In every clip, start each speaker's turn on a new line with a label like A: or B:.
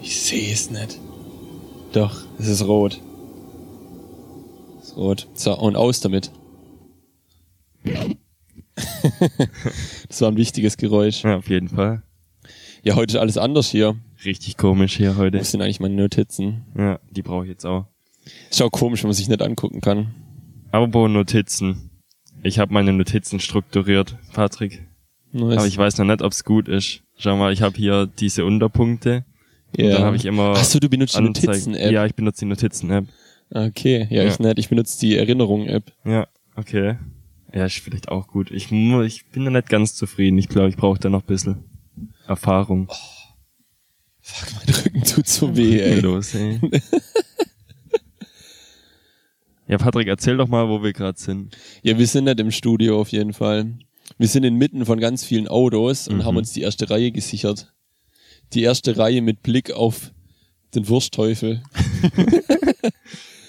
A: Ich sehe es nicht.
B: Doch, es ist rot. Es ist rot. So, und aus damit. das war ein wichtiges Geräusch.
C: Ja, auf jeden Fall.
B: Ja, heute ist alles anders hier.
C: Richtig komisch hier
B: Wo
C: heute.
B: sind eigentlich meine Notizen?
C: Ja, die brauche ich jetzt auch.
B: Ist auch komisch, wenn man sich nicht angucken kann.
C: Apropos Notizen. Ich habe meine Notizen strukturiert, Patrick.
B: Nice.
C: Aber ich weiß noch nicht, ob's gut ist. Schau mal, ich habe hier diese Unterpunkte.
B: Ja.
C: Und dann habe ich immer
B: Achso, du benutzt die
C: Anzeigen-
B: Notizen-App.
C: Ja, ich benutze die Notizen-App.
B: Okay, ja,
C: Ja.
B: ich nicht. Ich benutze die Erinnerung-App.
C: Ja, okay. Ja, ist vielleicht auch gut. Ich, mu- ich bin da nicht ganz zufrieden. Ich glaube, ich brauche da noch ein bisschen Erfahrung.
B: Fuck, mein Rücken tut so weh, ey.
C: los, ey. ja, Patrick, erzähl doch mal, wo wir gerade sind.
B: Ja, wir sind nicht im Studio auf jeden Fall. Wir sind inmitten von ganz vielen Autos und
C: Mhm.
B: haben uns die erste Reihe gesichert. Die erste Reihe mit Blick auf den Wurstteufel.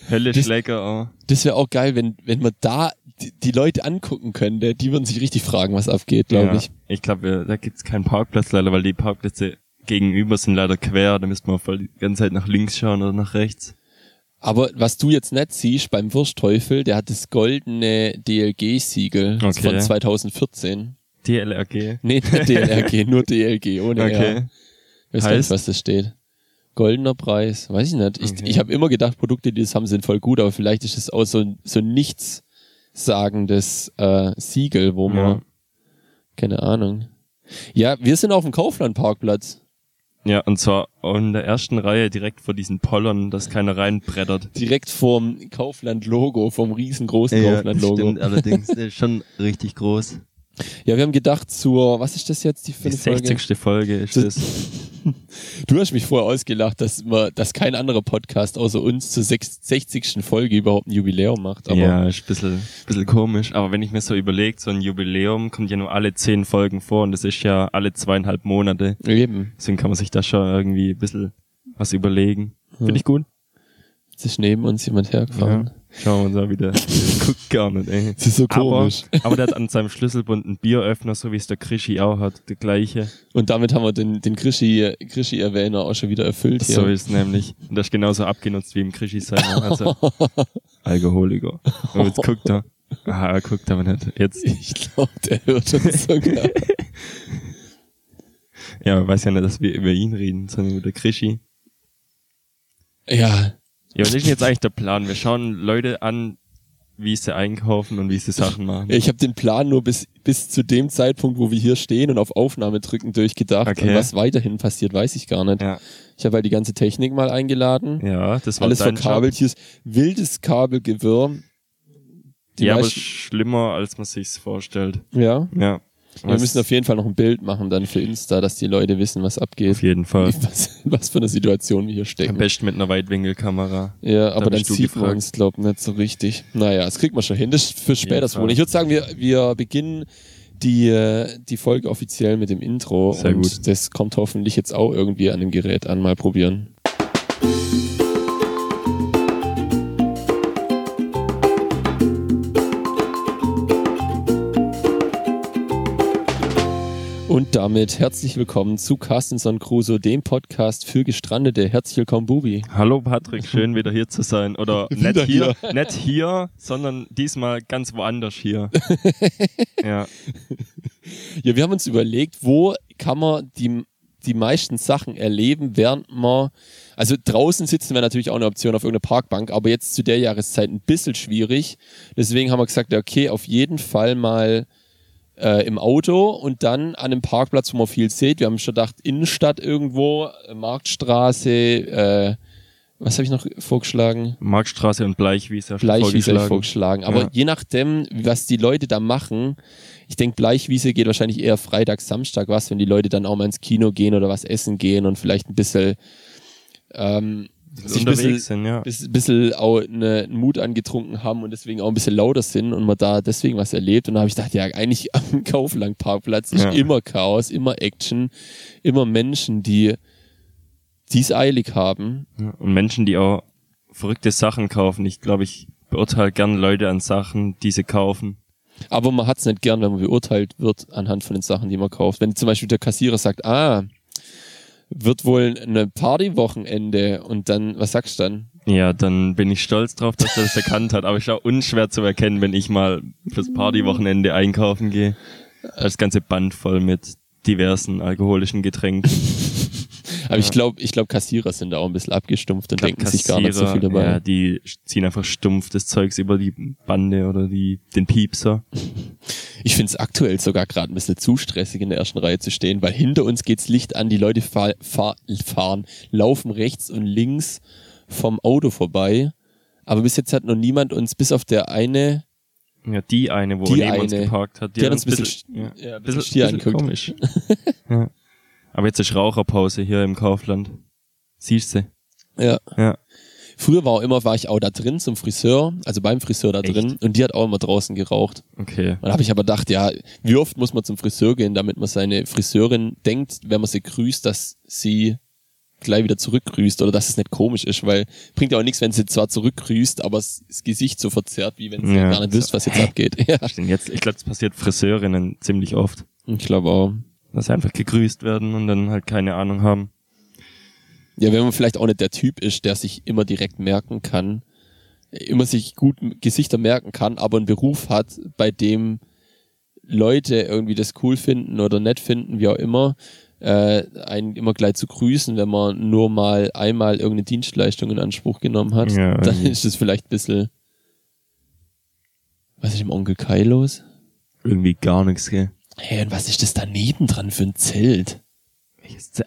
C: Höllisch
B: Das-
C: lecker, oh.
B: Das wäre auch geil, wenn, wenn man da die, die Leute angucken könnte. Die würden sich richtig fragen, was abgeht, glaube
C: ja.
B: ich.
C: Ich glaube, da gibt's keinen Parkplatz leider, weil die Parkplätze gegenüber sind leider quer. Da müsste man voll die ganze Zeit nach links schauen oder nach rechts.
B: Aber was du jetzt nicht siehst beim Wurstteufel, der hat das goldene DLG-Siegel
C: Okay.
B: von 2014.
C: DLRG.
B: Nee, nicht DLRG, nur DLG, ohne R.
C: Okay.
B: Ich weiß gar nicht,
C: Heißt?
B: was das steht. Goldener Preis, weiß ich nicht. Ich,
C: Okay.
B: ich habe immer gedacht, Produkte, die das haben, sind voll gut, aber vielleicht ist es auch so, ein- so ein nichtssagendes äh, Siegel, wo man,
C: Ja.
B: keine Ahnung. Ja, wir sind auf dem Kaufland-Parkplatz.
C: Ja, und zwar in der ersten Reihe direkt vor diesen Pollern, dass keiner reinbrettert.
B: Direkt vorm Kaufland-Logo, vom riesengroßen Kaufland-Logo.
D: stimmt allerdings. Der ist schon richtig groß.
B: Ja, wir haben gedacht zur, was ist das jetzt, die
C: Die
B: fünfte Folge?
C: 60. Folge ist
B: Das-
C: das.
B: Du hast mich vorher ausgelacht, dass, wir, dass kein anderer Podcast außer uns zur sechs- 60. Folge überhaupt ein Jubiläum macht. Aber
C: ja, ist ein bisschen, bisschen komisch. Aber wenn ich mir so überlege, so ein Jubiläum kommt ja nur alle zehn Folgen vor und das ist ja alle zweieinhalb Monate.
B: eben.
C: Deswegen kann man sich da schon irgendwie ein bisschen was überlegen.
B: Ja.
C: Finde ich gut.
B: sich neben uns jemand hergefahren.
C: Schauen wir uns mal wieder. Guckt gar nicht, ey.
B: Das ist so
C: Aber, aber der hat an seinem Schlüsselbund einen Bieröffner, so wie es der Krischi auch hat. Der gleiche.
B: Und damit haben wir den, den Krischi, Krischi-Erwähner auch schon wieder erfüllt hier.
C: So ist nämlich. Und das ist genauso abgenutzt wie im Krischi seiner. Also, Alkoholiker. Und jetzt guckt er. Ah, er guckt aber nicht. Jetzt.
B: ich glaube, der hört uns sogar.
C: Ja, man weiß ja nicht, dass wir über ihn reden, sondern über der Krischi.
B: ja,
C: Ja, was ist denn jetzt eigentlich der Plan? Wir schauen Leute an, wie sie einkaufen und wie sie Sachen machen.
B: ich habe den Plan nur bis, bis zu dem Zeitpunkt, wo wir hier stehen und auf Aufnahme drücken, durchgedacht.
C: Okay.
B: Und was weiterhin passiert, weiß ich gar nicht.
C: Ja.
B: Ich habe halt die ganze Technik mal eingeladen.
C: ja, das war
B: Alles
C: dein Job.
B: verkabelt. Hier ist wildes Kabelgewirr. Die
C: Ja, aber
B: meisten-
C: schlimmer, als man sich's vorstellt.
B: ja.
C: Ja.
B: Wir müssen auf jeden Fall noch ein Bild machen dann für Insta, dass die Leute wissen, was abgeht.
C: auf jeden Fall.
B: was, was für eine Situation wir hier
C: Am
B: stecken.
C: besten mit einer Weitwinkelkamera.
B: Ja, aber dann
C: bist du
B: sieht man
C: gefragt.
B: uns, glaub nicht so richtig. Naja, das kriegt man schon hin. Das ist für später
C: Fall.
B: wohl. Ich würde sagen, wir, wir beginnen die, äh, die Folge offiziell mit dem Intro.
C: Sehr
B: und
C: gut.
B: das kommt hoffentlich jetzt auch irgendwie an dem Gerät an. Mal probieren. Und damit herzlich willkommen zu Carstenson Crusoe, dem Podcast für Gestrandete. Herzlich willkommen, Bubi.
C: Hallo Patrick, schön wieder hier zu sein. Oder nicht
B: Wieder
C: hier, nicht hier, sondern diesmal ganz woanders hier. ja,
B: Ja, wir haben uns überlegt, wo kann man die, die meisten Sachen erleben, während man, also draußen sitzen wäre natürlich auch eine Option auf irgendeiner Parkbank, aber jetzt zu der Jahreszeit ein bisschen schwierig. Deswegen haben wir gesagt, ja, okay, auf jeden Fall mal äh, im Auto und dann an einem Parkplatz, wo man viel sieht. Wir haben schon gedacht, Innenstadt irgendwo, äh, Marktstraße, äh, was habe ich noch vorgeschlagen?
C: Marktstraße und Bleichwiese. hast du
B: Bleichwiese
C: vorgeschlagen.
B: vorgeschlagen. Aber
C: Ja.
B: je nachdem, was die Leute da machen, ich denke, Bleichwiese geht wahrscheinlich eher Freitag, Samstag was, wenn die Leute dann auch mal ins Kino gehen oder was essen gehen und vielleicht ein bisschen, ähm, sich ein bisschen,
C: Unterwegs sind, ja.
B: bisschen, bisschen auch ne, einen Mut angetrunken haben und deswegen auch ein bisschen lauter sind und man da deswegen was erlebt. Und da habe ich gedacht, ja, eigentlich am Kauflandparkplatz ist
C: Ja.
B: immer Chaos, immer Action, immer Menschen, die dies eilig haben.
C: Ja, Und Menschen, die auch verrückte Sachen kaufen. Ich glaube, ich beurteile gern Leute an Sachen, die sie kaufen.
B: Aber man hat's nicht gern, wenn man beurteilt wird anhand von den Sachen, die man kauft. Wenn zum Beispiel der Kassierer sagt, ah, wird wohl eine Partywochenende und dann, was sagst du dann?
C: Ja, dann bin ich stolz drauf, dass er das erkannt hat. Aber ich war unschwer zu erkennen, wenn ich mal fürs Partywochenende einkaufen gehe. Das ganze Band voll mit diversen alkoholischen Getränken.
B: Aber ich glaube, ich glaub, Kassierer sind da auch ein bisschen abgestumpft und
C: Ich glaub,
B: denken sich gar nicht so viel dabei.
C: Ja, die ziehen einfach stumpf des Zeugs über die Bande oder die, den Piepser.
B: Ich finde es aktuell sogar gerade ein bisschen zu stressig, in der ersten Reihe zu stehen, weil hinter uns geht's Licht an, die Leute fahr fahr fahren, laufen rechts und links vom Auto vorbei. Aber bis jetzt hat noch niemand uns, bis auf der eine,
C: Ja, die eine, wo
B: Die
C: neben uns
B: eine.
C: geparkt hat.
B: die, hat uns ein bisschen,
C: ja,
B: ja, ein bisschen
C: bisschen,
B: stier
C: bisschen
B: äh, angeguckt.
C: komisch. ja. Aber jetzt ist Raucherpause hier im Kaufland. Siehst du?
B: Ja.
C: Ja.
B: Früher war auch immer, war ich auch da drin zum Friseur, also beim Friseur da
C: Echt?
B: drin, und die hat auch immer draußen geraucht.
C: Okay.
B: Und da habe ich aber gedacht, ja, wie oft muss man zum Friseur gehen, damit man seine Friseurin denkt, wenn man sie grüßt, dass sie gleich wieder zurückgrüßt oder dass es nicht komisch ist, weil bringt ja auch nichts, wenn sie zwar zurückgrüßt, aber s- das Gesicht so verzerrt, wie wenn sie
C: Ja.
B: gar nicht wüsst, was jetzt abgeht. Ja,
C: Verstehen. Jetzt, ich glaube, das passiert Friseurinnen ziemlich oft.
B: ich glaube auch.
C: Dass sie einfach gegrüßt werden und dann halt keine Ahnung haben.
B: Ja, wenn man vielleicht auch nicht der Typ ist, der sich immer direkt merken kann, immer sich gut m- Gesichter merken kann, aber einen Beruf hat, bei dem Leute irgendwie das cool finden oder nett finden, wie auch immer, äh, einen immer gleich zu grüßen, wenn man nur mal einmal irgendeine Dienstleistung in Anspruch genommen hat,
C: Ja,
B: dann
C: irgendwie.
B: ist es vielleicht ein bisschen. Was ist im Onkel Kai los?
C: Irgendwie gar nichts, gell?
B: Hey, und was ist das daneben dran für ein Zelt?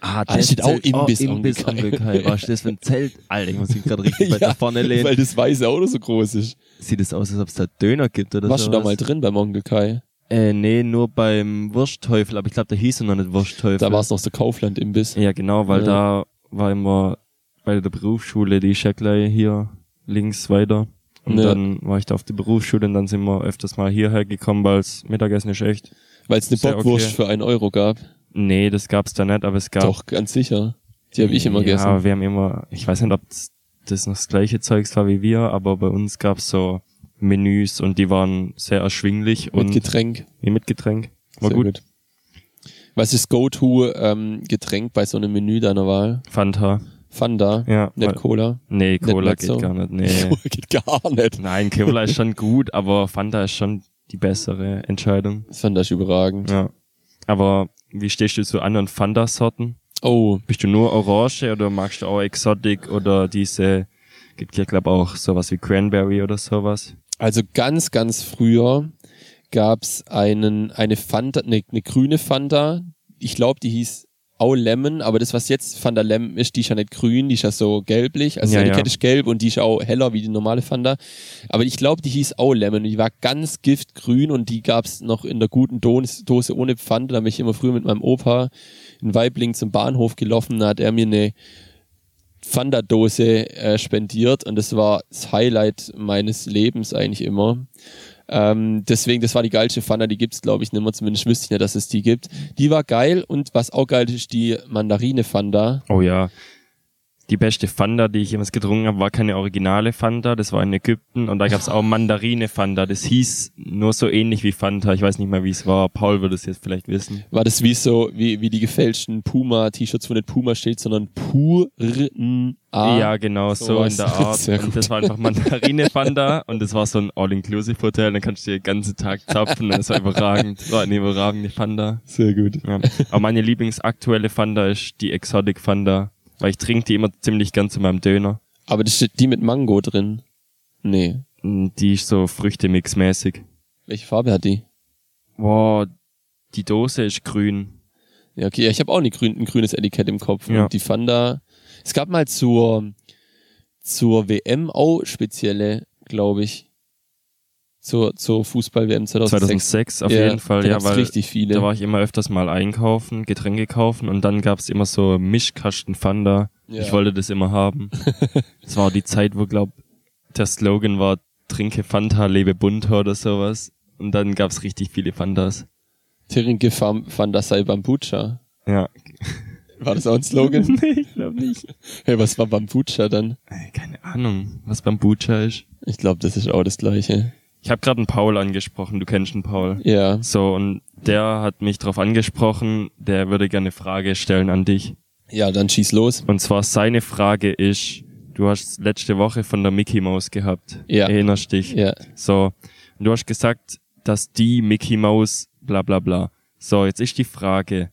D: Ah,
B: da steht auch Imbiss
D: oh, Imbiss
B: Onkel Kai.
D: Onkel Kai. Was ist das für ein Zelt? Alter, ich muss mich gerade richtig weit
B: Ja,
D: nach vorne lehnen.
B: Weil das weiße Auto so groß ist.
D: Sieht es aus, als ob es da Döner gibt oder
B: Warst
D: so.
B: du da mal drin beim Onkel Kai?
C: Äh, nee, nur bei
D: Beim Wurstteufel, aber ich glaube, da hieß er noch nicht Wurstteufel.
B: Da war es noch so Kaufland-Imbiss.
C: Ja, genau, weil
B: Ja.
C: da war immer bei der Berufsschule, die ist ja gleich hier links weiter. Und
B: Ja.
C: dann war ich da auf der Berufsschule und dann sind wir öfters mal hierher gekommen, weil das Mittagessen ist echt.
B: Weil es eine
C: Sehr
B: Bockwurst
C: okay.
B: für einen Euro gab.
C: Nee, das gab's da nicht, aber es gab.
B: Doch, ganz sicher. Die habe ich immer
C: Mm, Ja,
B: gegessen.
C: wir haben immer, ich weiß nicht, ob das- das noch das gleiche Zeugs war wie wir, aber bei uns gab's so Menüs und die waren sehr erschwinglich
B: Mit
C: und
B: Getränk.
C: Nee, mit Getränk. War
B: Sehr
C: gut.
B: Was ist Go-To-Getränk bei so einem Menü deiner Wahl?
C: Fanta.
B: Fanta,
C: Ja.
B: nicht
C: weil-
B: Cola.
C: nee,
B: nicht
C: Cola geht
B: Mezzo.
C: gar nicht. Nee.
B: Geht gar nicht.
C: Nein, Cola ist schon gut, aber Fanta ist schon die bessere Entscheidung.
B: Fanta ist überragend.
C: Ja. Aber wie stehst du zu anderen Fanta-Sorten?
B: Oh,
C: Bist du nur Orange oder magst du auch Exotic oder diese, gibt ja glaube auch sowas wie Cranberry oder sowas?
B: also ganz, ganz früher gab's einen, eine Fanta, eine, eine grüne Fanta. Ich glaube, die hieß Au Lemon, aber das, was jetzt Fanta Lemon ist, die ist ja nicht grün, die ist ja so gelblich. Also
C: Ja,
B: die
C: ja.
B: Etikette ist gelb und die ist auch heller wie die normale Fanta. Aber ich glaube, die hieß Au Lemon und die war ganz giftgrün und die gab's noch in der guten Dos Dose ohne Pfand. Da bin ich immer früher mit meinem Opa in Weibling zum Bahnhof gelaufen, da hat er mir eine Fanta-Dose äh, spendiert und das war das Highlight meines Lebens eigentlich immer. Ähm, deswegen, das war die geilste Fanta, die gibt's glaube ich nicht mehr, zumindest wüsste ich nicht, dass es die gibt. Die war geil und was auch geil ist, die Mandarine Fanta.
C: Oh ja. Die beste Fanta, die ich jemals getrunken habe, war keine originale Fanta, das war in Ägypten und da gab's auch Mandarine Fanta. Das hieß nur so ähnlich wie Fanta, ich weiß nicht mehr wie es war. Paul würde es jetzt vielleicht wissen.
B: War das wie so, wie, wie die gefälschten Puma-T-Shirts, wo nicht Puma steht, sondern Puren A.
C: ja, genau, so
B: Ah, sowas.
C: in der Art.
B: Sehr
C: und
B: gut.
C: das war einfach Mandarine Fanta und das war so ein All-Inclusive-Hotel. Dann kannst du dir den ganzen Tag zapfen. Das war überragend. War eine überragende Fanta.
B: Sehr gut.
C: Ja. Aber meine Lieblingsaktuelle Fanta ist die Exotic Fanta, weil ich trinke die immer ziemlich gern zu meinem Döner.
B: Aber das steht die mit Mango drin. Nee.
C: Die ist so Früchtemix-mäßig.
B: Welche Farbe hat die?
C: Wow, die Dose ist grün.
B: Ja, okay, ja, ich habe auch nie grün, ein grünes Etikett im Kopf.
C: Ja.
B: Und die Fanda. Es gab mal zur, zur WM auch spezielle, glaube ich. Zur, zur Fußball-WM 2006.
C: 2006 auf
B: Ja,
C: jeden Fall.
B: da
C: Ja,
B: gab's
C: weil
B: richtig viele.
C: da war ich immer öfters mal einkaufen, Getränke kaufen und dann gab's immer so Mischkasten Fanda.
B: Ja.
C: Ich wollte das immer haben. das war die Zeit, wo glaub der Slogan war Trinke Fanta, lebe bunter oder sowas. Und dann gab's richtig viele Fantas.
B: Tirinke Fanda sei Bambucha.
C: Ja.
B: War das auch ein Slogan?
C: nee, ich glaube nicht.
B: hey, was war Bambucha dann?
C: Ey, keine Ahnung, was beim Butcher ist.
B: Ich glaube, das ist auch das Gleiche.
C: Ich habe gerade einen Paul angesprochen, du kennst einen Paul.
B: Ja.
C: So, und der hat mich drauf angesprochen, der würde gerne eine Frage stellen an dich.
B: Ja, dann schieß los.
C: Und zwar seine Frage ist, du hast letzte Woche von der Mickey Mouse gehabt.
B: Ja.
C: Erinnerst dich?
B: Ja.
C: So. Und du hast gesagt, dass die Mickey Mouse bla bla bla. So, jetzt ist die Frage,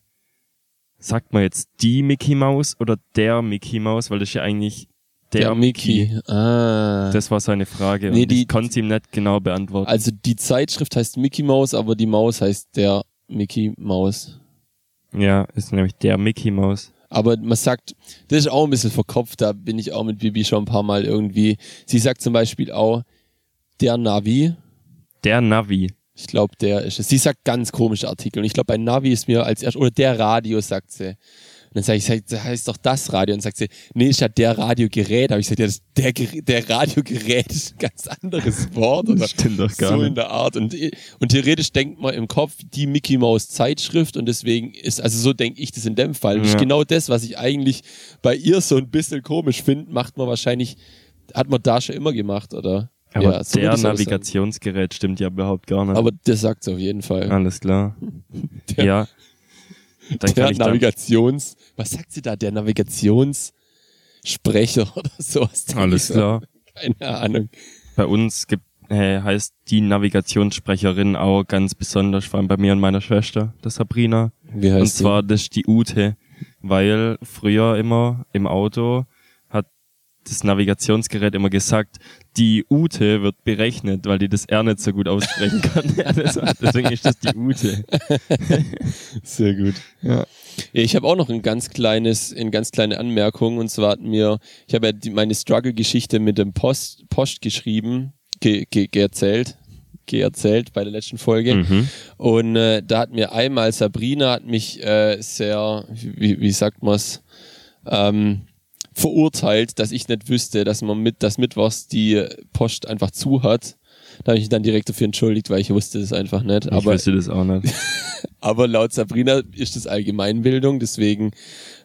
C: sagt man jetzt die Mickey Mouse oder der Mickey Mouse? Weil das ist ja eigentlich der,
B: Der Mickey. Ah.
C: Das war seine Frage.
B: Nee,
C: und
B: die-
C: ich konnte sie ihm nicht genau beantworten.
B: also die Zeitschrift heißt Mickey Mouse, aber die Maus heißt der Mickey Mouse.
C: ja, ist nämlich der Mickey Mouse.
B: Aber man sagt, das ist auch ein bisschen verkopft, da bin ich auch mit Bibi schon ein paar Mal irgendwie. Sie sagt zum Beispiel auch, der Navi.
C: Der Navi.
B: Ich glaube, der ist es. Sie sagt ganz komische Artikel. Und ich glaube, bei Navi ist mir als erst, oder der Radio, sagt sie. Und dann sage ich, sag- das heißt doch das Radio. Und sagt sie, nee, ist ja der Radiogerät. Aber ich sage, ja, das, der, Gerä- der Radiogerät ist ein ganz anderes Wort. Oder
C: stimmt doch
B: so in der Art. Und, und theoretisch denkt man im Kopf die Mickey Mouse Zeitschrift und deswegen ist, also so denke ich das in dem Fall. Das ist
C: Ja.
B: genau das, was ich eigentlich bei ihr so ein bisschen komisch finde, macht man wahrscheinlich, hat man da schon immer gemacht, oder?
C: Aber
B: so würde
C: der
B: ich's auch sagen.
C: Navigationsgerät stimmt ja überhaupt gar nicht.
B: Aber das sagt auf jeden Fall.
C: Alles klar.
B: Der-
C: ja. Dann
B: der
C: kann ich dann,
B: Navigations, was sagt sie da? Der Navigationssprecher oder sowas. denke
C: Alles
B: ich so.
C: klar.
B: Keine Ahnung.
C: Bei uns gibt, äh, heißt die Navigationssprecherin auch ganz besonders, vor allem bei mir und meiner Schwester, der Sabrina.
B: Wie
C: Und
B: heißt
C: zwar das ist die Ute, weil früher immer im Auto hat das Navigationsgerät immer gesagt, die Ute wird berechnet, weil die das R nicht so gut aussprechen kann. Deswegen ist das die Ute.
B: Sehr gut.
C: Ja.
B: Ich habe auch noch ein ganz kleines, eine ganz kleine Anmerkung und zwar hat mir, ich habe ja die, meine Struggle-Geschichte mit dem Post, Post geschrieben, ge, ge, ge erzählt, ge erzählt bei der letzten Folge
C: Mhm.
B: und äh, da hat mir einmal Sabrina hat mich äh, sehr, wie, wie sagt man's, ähm, verurteilt, dass ich nicht wüsste, dass man mit, dass Mittwochs die Post einfach zu hat. Da habe ich mich dann direkt dafür entschuldigt, weil ich wusste das einfach nicht.
C: Ich
B: aber
C: wüsste das auch nicht.
B: aber laut Sabrina ist es Allgemeinbildung, deswegen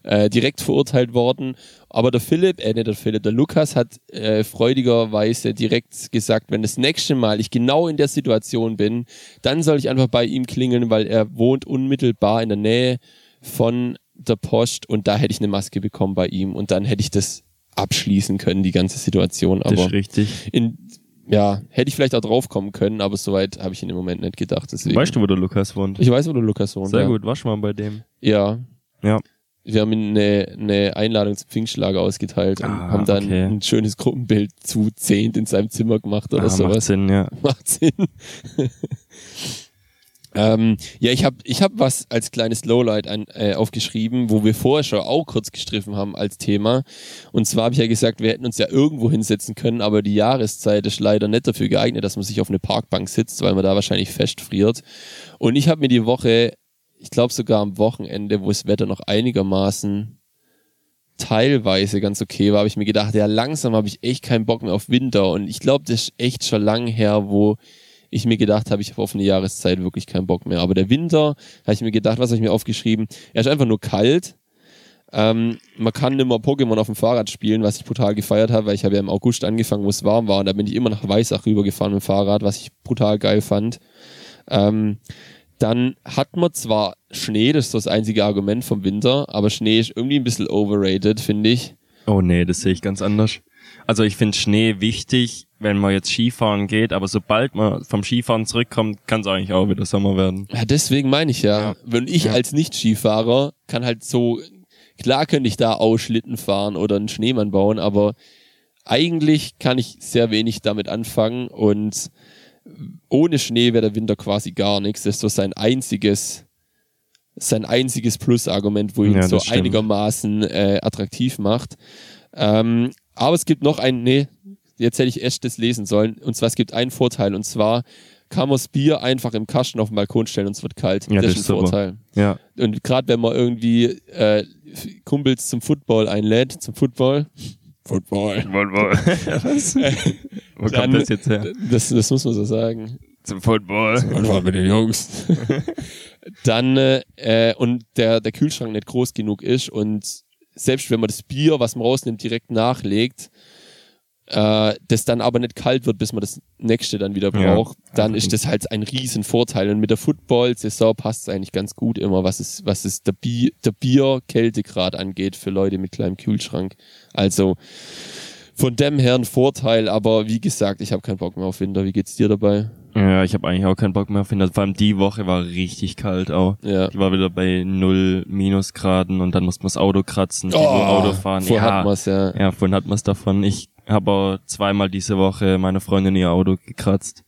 B: äh, direkt verurteilt worden. Aber der Philipp, äh, nicht der Philipp, der Lukas hat äh, freudigerweise direkt gesagt, wenn das nächste Mal ich genau in der Situation bin, dann soll ich einfach bei ihm klingeln, weil er wohnt unmittelbar in der Nähe von der Post und da hätte ich eine Maske bekommen bei ihm und dann hätte ich das abschließen können, die ganze Situation.
C: Das
B: Aber
C: ist richtig.
B: in, ja, hätte ich vielleicht auch drauf kommen können, aber soweit habe ich in dem Moment nicht gedacht. Deswegen.
C: Weißt du, wo der Lukas wohnt?
B: ich weiß, wo der Lukas wohnt.
C: Sehr
B: ja.
C: gut, war schon mal bei dem.
B: Ja.
C: Ja.
B: Wir haben ihnen eine, eine Einladung zum Pfingstschlager ausgeteilt und
C: Ah,
B: haben dann
C: okay.
B: ein schönes Gruppenbild zu zehnt in seinem Zimmer gemacht oder
C: Ah, macht
B: sowas.
C: Sinn, ja.
B: Macht Sinn. ähm, ja, ich habe ich hab was als kleines Lowlight an, äh, aufgeschrieben, wo wir vorher schon auch kurz gestriffen haben als Thema. Und zwar habe ich ja gesagt, wir hätten uns ja irgendwo hinsetzen können, aber die Jahreszeit ist leider nicht dafür geeignet, dass man sich auf eine Parkbank sitzt, weil man da wahrscheinlich festfriert. Und ich habe mir die Woche, ich glaube sogar am Wochenende, wo das Wetter noch einigermaßen teilweise ganz okay war, habe ich mir gedacht, ja, langsam habe ich echt keinen Bock mehr auf Winter. Und ich glaube, das ist echt schon lang her, wo ich mir gedacht habe, ich habe auf eine Jahreszeit wirklich keinen Bock mehr. Aber der Winter, habe ich mir gedacht, was habe ich mir aufgeschrieben? Er ist einfach nur kalt. Ähm, man kann nimmer Pokémon auf dem Fahrrad spielen, was ich brutal gefeiert habe, weil ich habe ja im August angefangen, wo es warm war und da bin ich immer nach Weißach rübergefahren mit dem Fahrrad, was ich brutal geil fand. Ähm, dann hat man zwar Schnee, das ist das einzige Argument vom Winter, aber Schnee ist irgendwie ein bisschen overrated, finde ich.
C: Oh nee, das sehe ich ganz anders. Also ich finde Schnee wichtig, wenn man jetzt Skifahren geht, aber sobald man vom Skifahren zurückkommt, kann es eigentlich auch wieder Sommer werden.
B: Ja, deswegen meine ich ja,
C: Ja.
B: wenn ich
C: Ja.
B: als Nicht-Skifahrer kann halt so, klar könnte ich da auch Schlitten fahren oder einen Schneemann bauen, aber eigentlich kann ich sehr wenig damit anfangen und ohne Schnee wäre der Winter quasi gar nichts. Das ist so sein einziges, sein einziges Plus-Argument, wo ihn
C: Ja, das
B: so
C: stimmt.
B: einigermaßen äh, attraktiv macht. Ähm, aber es gibt noch einen, nee, jetzt hätte ich echt das lesen sollen. Und zwar, es gibt einen Vorteil und zwar kann man das Bier einfach im Kasten auf den Balkon stellen und es wird kalt.
C: Ja,
B: das,
C: das
B: ist ein
C: ist super.
B: Vorteil.
C: Ja.
B: Und gerade wenn man irgendwie äh, Kumpels zum Football einlädt, zum Football. Football.
C: Football. Was? Wo
B: Dann-
C: kommt das jetzt her?
B: Das, das muss man so sagen.
C: Zum Football.
B: Einfach mit den Jungs. Dann, äh, äh, und der, der Kühlschrank nicht groß genug ist und selbst wenn man das Bier, was man rausnimmt, direkt nachlegt, äh, das dann aber nicht kalt wird, bis man das nächste dann wieder
C: Ja.
B: braucht, dann ist das halt ein riesen Vorteil. Und mit der Football-Saison passt es eigentlich ganz gut immer, was es, was es der, Bi der Bier-Kältegrad angeht für Leute mit kleinem Kühlschrank. Also von dem her ein Vorteil, aber wie gesagt, ich habe keinen Bock mehr auf Winter. Wie geht's dir dabei?
C: Ja, ich habe eigentlich auch keinen Bock mehr auf Winter. Vor allem die Woche war richtig kalt auch.
B: Ja.
C: Ich war wieder bei null Minusgraden und dann muss man das Auto kratzen, oh, Auto fahren.
B: Vorher
C: ja.
B: hat man's, ja.
C: Ja, vorhin hat man es davon. Ich habe zweimal diese Woche meiner Freundin ihr Auto gekratzt.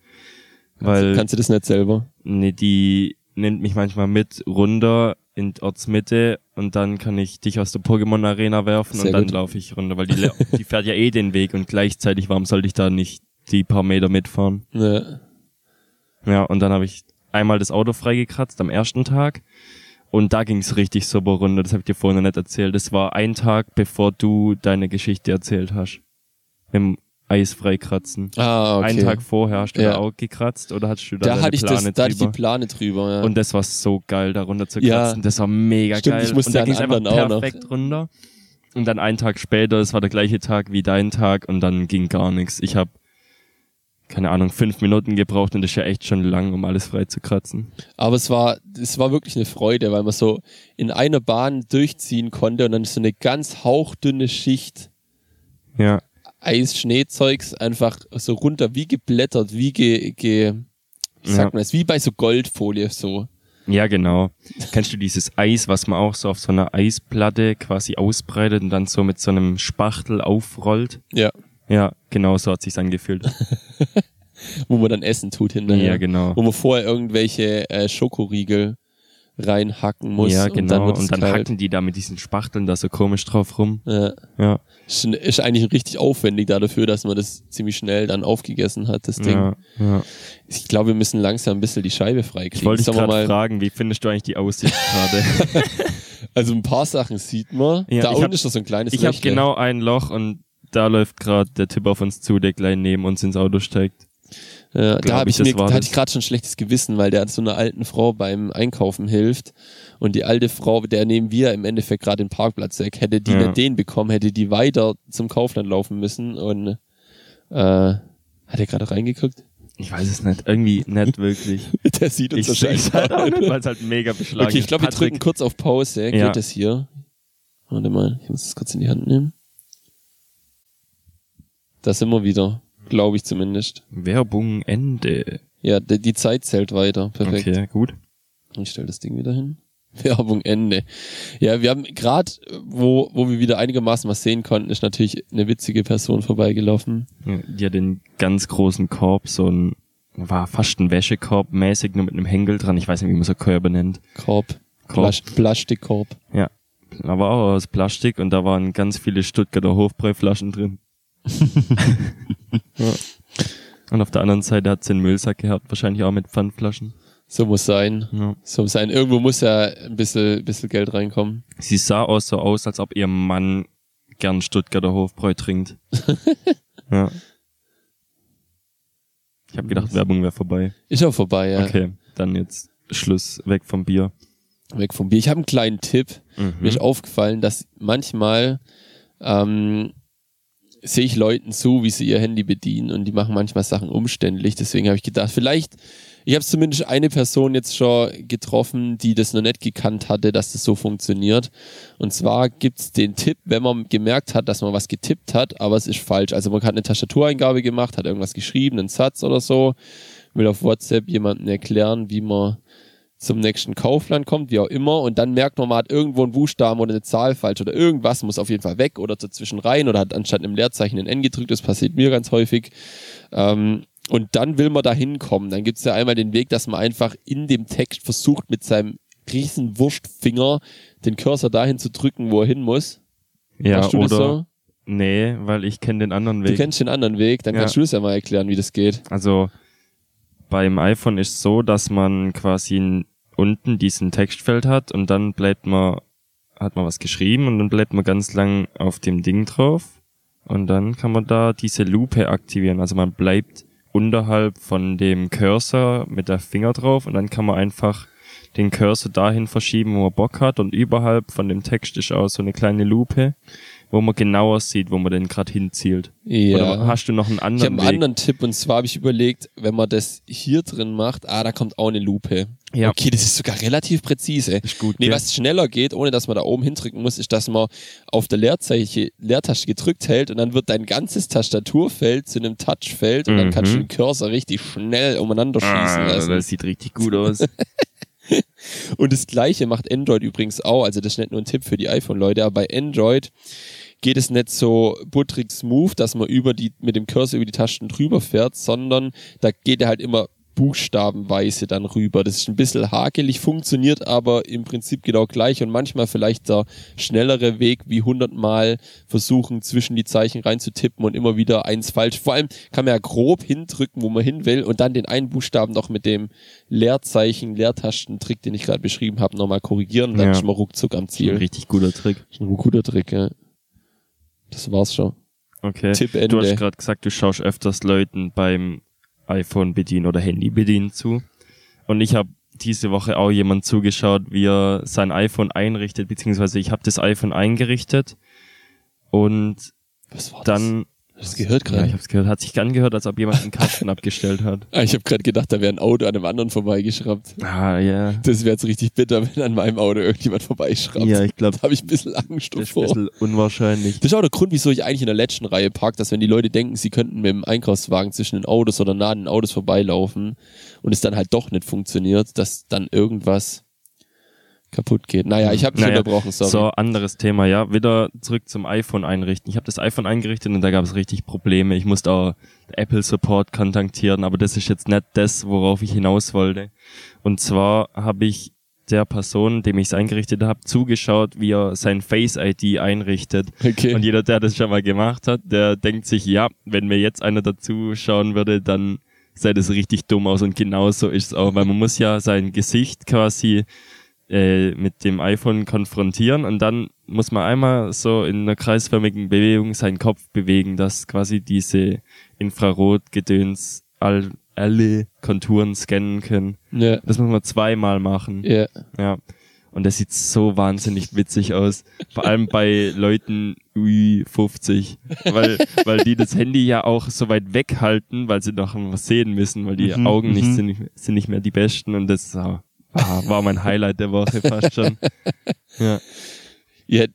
C: Weil
B: Kannst du das nicht selber?
C: nee, die nimmt mich manchmal mit runter in die Ortsmitte und dann kann ich dich aus der Pokémon Arena werfen
B: Sehr
C: und dann
B: gut.
C: laufe ich runter, weil die, le- die fährt ja eh den Weg und gleichzeitig, warum sollte ich da nicht die paar Meter mitfahren?
B: Ja.
C: Ja, und dann habe ich einmal das Auto freigekratzt am ersten Tag. Und da ging's richtig super runter. Das habe ich dir vorhin noch nicht erzählt. Das war ein Tag, bevor du deine Geschichte erzählt hast. Im Eis freikratzen.
B: Ah, okay.
C: Einen Tag vorher hast du
B: Ja.
C: da auch gekratzt oder hast du da,
B: da
C: deine
B: hatte ich das,
C: Plane
B: da hatte ich die
C: drüber?
B: Plane drüber. Ja.
C: Und das war so geil, da runter zu
B: Ja.
C: kratzen. Das war mega
B: Stimmt,
C: geil.
B: ich musste
C: und da
B: an
C: ging's einfach
B: anderen auch noch.
C: perfekt runter. Und dann einen Tag später, das war der gleiche Tag wie dein Tag und dann ging gar nichts. Ich habe keine Ahnung, fünf Minuten gebraucht und das ist ja echt schon lang, um alles frei zu kratzen.
B: Aber es war, es war wirklich eine Freude, weil man so in einer Bahn durchziehen konnte und dann so eine ganz hauchdünne Schicht
C: Ja.
B: Eis, Schneezeugs einfach so runter, wie geblättert, wie ge, ge wie
C: Ja.
B: sagt man das, wie bei so Goldfolie so.
C: Ja, genau. Kennst du dieses Eis, was man auch so auf so einer Eisplatte quasi ausbreitet und dann so mit so einem Spachtel aufrollt?
B: Ja.
C: Ja, genau so hat sich's angefühlt.
B: Wo man dann Essen tut hinterher.
C: Ja, genau.
B: Wo man vorher irgendwelche äh, Schokoriegel reinhacken muss.
C: ja,
B: Und dann,
C: genau.
B: wird's
C: Und dann,
B: kalt.
C: hacken die da mit diesen Spachteln da so komisch drauf rum.
B: Ja.
C: Ja.
B: Ist, ist eigentlich richtig aufwendig da dafür, dass man das ziemlich schnell dann aufgegessen hat, das Ding.
C: Ja, ja.
B: Ich glaube, wir müssen langsam ein bisschen die Scheibe
C: Ich
B: freikriegen.
C: wollte dich
B: Sollen wir
C: gerade fragen, wie findest du eigentlich die Aussicht gerade?
B: Also ein paar Sachen sieht man.
C: Ja,
B: da
C: ich
B: unten
C: hab-
B: ist doch so ein kleines
C: ich habe
B: Löchle.
C: genau ein Loch und da läuft gerade der Typ auf uns zu, der gleich neben uns ins Auto steigt.
B: Ja, da
C: glaub
B: hab
C: ich,
B: ich
C: das
B: mir,
C: war
B: da hatte
C: das.
B: ich gerade schon ein schlechtes Gewissen, weil der so einer alten Frau beim Einkaufen hilft und die alte Frau, der nehmen wir im Endeffekt gerade den Parkplatz weg, hätte die
C: Ja.
B: nicht den bekommen, hätte die weiter zum Kaufland laufen müssen und äh, hat er gerade reingeguckt?
C: Ich weiß es nicht, irgendwie nicht wirklich.
B: Der sieht uns
C: ich sehe
B: wahrscheinlich
C: es halt auch
B: gerade.
C: nicht, weil es halt mega beschlagen
B: Okay, ich
C: ist.
B: glaube, wir
C: Patrick,
B: drücken kurz auf Pause.
C: Ja.
B: Geht das hier? Warte mal, ich muss das kurz in die Hand nehmen. Da sind wir wieder, glaube ich zumindest.
C: Werbung Ende.
B: Ja, die, die Zeit zählt weiter. Perfekt.
C: Okay, gut.
B: Ich stelle das Ding wieder hin. Werbung Ende. Ja, wir haben gerade, wo, wo wir wieder einigermaßen was sehen konnten, ist natürlich eine witzige Person vorbeigelaufen.
C: Ja, Die hat den ganz großen Korb, so ein, war fast ein Wäschekorb mäßig, nur mit einem Hängel dran. Ich weiß nicht, wie man so Körbe nennt.
B: Korb.
C: Korb.
B: Plas Plastikkorb.
C: Ja. Aber auch aus Plastik und da waren ganz viele Stuttgarter Hofbräuflaschen drin. ja. Und auf der anderen Seite hat sie einen Müllsack gehabt, wahrscheinlich auch mit Pfandflaschen.
B: So muss sein.
C: Ja.
B: So muss sein. Irgendwo muss ja ein bisschen, bisschen Geld reinkommen.
C: Sie sah auch so aus, als ob ihr Mann gern Stuttgarter Hofbräu trinkt. ja. Ich habe gedacht, Werbung wäre vorbei.
B: Ist auch vorbei, ja.
C: Okay, dann jetzt Schluss, weg vom Bier.
B: Weg vom Bier. Ich habe einen kleinen Tipp. Mir
C: Mhm.
B: ist aufgefallen, dass manchmal ähm, sehe ich Leuten zu, wie sie ihr Handy bedienen und die machen manchmal Sachen umständlich. Deswegen habe ich gedacht, vielleicht, ich habe zumindest eine Person jetzt schon getroffen, die das noch nicht gekannt hatte, dass das so funktioniert. Und zwar gibt's den Tipp, wenn man gemerkt hat, dass man was getippt hat, aber es ist falsch. Also man hat eine Tastatureingabe gemacht, hat irgendwas geschrieben, einen Satz oder so, will auf WhatsApp jemandem erklären, wie man zum nächsten Kaufland kommt, wie auch immer, und dann merkt man, man hat irgendwo einen Buchstaben oder eine Zahl falsch oder irgendwas, muss auf jeden Fall weg oder dazwischen rein oder hat anstatt einem Leerzeichen ein N gedrückt, das passiert mir ganz häufig. Ähm, und dann will man da hinkommen. Dann gibt's ja einmal den Weg, dass man einfach in dem Text versucht, mit seinem riesen Wurstfinger den Cursor dahin zu drücken, wo er hin muss.
C: Ja,
B: Machst du
C: oder,
B: das so?
C: nee, weil ich kenne den anderen
B: Du
C: Weg.
B: kennst den anderen Weg, dann
C: Ja.
B: kannst du das ja mal erklären, wie das geht.
C: Also beim iPhone ist so, dass man quasi n- unten diesen Textfeld hat und dann bleibt man, hat man was geschrieben und dann bleibt man ganz lang auf dem Ding drauf und dann kann man da diese Lupe aktivieren. Also man bleibt unterhalb von dem Cursor mit der Finger drauf und dann kann man einfach den Cursor dahin verschieben, wo man Bock hat und überhalb von dem Text ist auch so eine kleine Lupe, wo man genauer sieht, wo man den gerade hinzielt. Oder
B: Ja.
C: hast du noch einen
B: Ich habe
C: anderen
B: einen
C: Weg?
B: anderen Tipp und zwar habe ich überlegt, wenn man das hier drin macht, ah, da kommt auch eine Lupe.
C: Ja.
B: Okay, das ist sogar relativ präzise.
C: Ist gut,
B: Nee,
C: gell?
B: was schneller geht, ohne dass man da oben hindrücken muss, ist, dass man auf der Leertaste, Leertaste gedrückt hält und dann wird dein ganzes Tastaturfeld zu einem Touchfeld und dann
C: Mhm.
B: kannst du den Cursor richtig schnell umeinander schießen
C: ah,
B: lassen.
C: das sieht richtig gut aus.
B: Und das gleiche macht Android übrigens auch. Also das ist nicht nur ein Tipp für die iPhone-Leute, aber bei Android geht es nicht so butterig smooth, dass man über die, mit dem Cursor über die Tasten drüber fährt, sondern da geht er halt immer buchstabenweise dann rüber. Das ist ein bisschen hakelig, funktioniert aber im Prinzip genau gleich und manchmal vielleicht der schnellere Weg, wie hundertmal versuchen, zwischen die Zeichen reinzutippen und immer wieder eins falsch. Vor allem kann man ja grob hindrücken, wo man hin will und dann den einen Buchstaben noch mit dem Leerzeichen, Leertastentrick, den ich gerade beschrieben habe, nochmal korrigieren, dann
C: Ja.
B: ist schon mal ruckzuck am
D: Ein
B: Ziel.
D: richtig guter Trick.
B: Ist ein guter Trick, ja. Das war's schon.
C: Okay.
B: Tipp Ende.
C: Du hast gerade gesagt, du schaust öfters Leuten beim iPhone bedienen oder Handy bedienen zu. Und ich habe diese Woche auch jemand zugeschaut, wie er sein iPhone einrichtet, beziehungsweise ich habe das iPhone eingerichtet und
B: Was war
C: dann,
B: das? Hast du das gehört
C: ja,
B: gerade?
C: ich habe es gehört, hat sich angehört, als ob jemand einen Kasten abgestellt hat.
B: ah, ich habe gerade gedacht, da wäre ein Auto an einem anderen vorbeigeschraubt.
C: Ah, ja.
B: Das wäre jetzt richtig bitter, wenn an meinem Auto irgendjemand vorbeischraubt.
D: Ja, ich glaube,
B: Da habe ich ein bisschen Angst
D: das ist
B: davor.
D: ein bisschen unwahrscheinlich.
B: Das ist auch der Grund, wieso ich eigentlich in der letzten Reihe park, dass wenn die Leute denken, sie könnten mit dem Einkaufswagen zwischen den Autos oder nahe an den Autos vorbeilaufen und es dann halt doch nicht funktioniert, dass dann irgendwas kaputt geht. Naja, ich habe dich
C: Naja,
B: unterbrochen, sorry.
C: So, anderes Thema, ja. Wieder zurück zum iPhone einrichten. Ich habe das iPhone eingerichtet und da gab es richtig Probleme. Ich musste auch Apple Support kontaktieren, aber das ist jetzt nicht das, worauf ich hinaus wollte. Und zwar habe ich der Person, dem ich es eingerichtet habe, zugeschaut, wie er sein Face ID einrichtet.
B: Okay.
C: Und jeder, der das schon mal gemacht hat, der denkt sich, ja, wenn mir jetzt einer dazu schauen würde, dann sah das richtig dumm aus. Und genau so ist es auch, weil man muss ja sein Gesicht quasi äh, mit dem iPhone konfrontieren und dann muss man einmal so in einer kreisförmigen Bewegung seinen Kopf bewegen, dass quasi diese Infrarotgedöns all, alle Konturen scannen können.
B: ja,
C: Das muss man zweimal machen.
B: ja.
C: Ja. Und das sieht so wahnsinnig witzig aus. Vor allem bei Leuten ui 50. Weil, weil die das Handy ja auch so weit weghalten, weil sie noch was sehen müssen, weil die
D: Mhm,
C: Augen nicht,
D: mhm.
C: sind, nicht- sind nicht mehr die besten. Und das ist auch, ah, war mein Highlight der Woche fast schon. Ja.
B: Ja,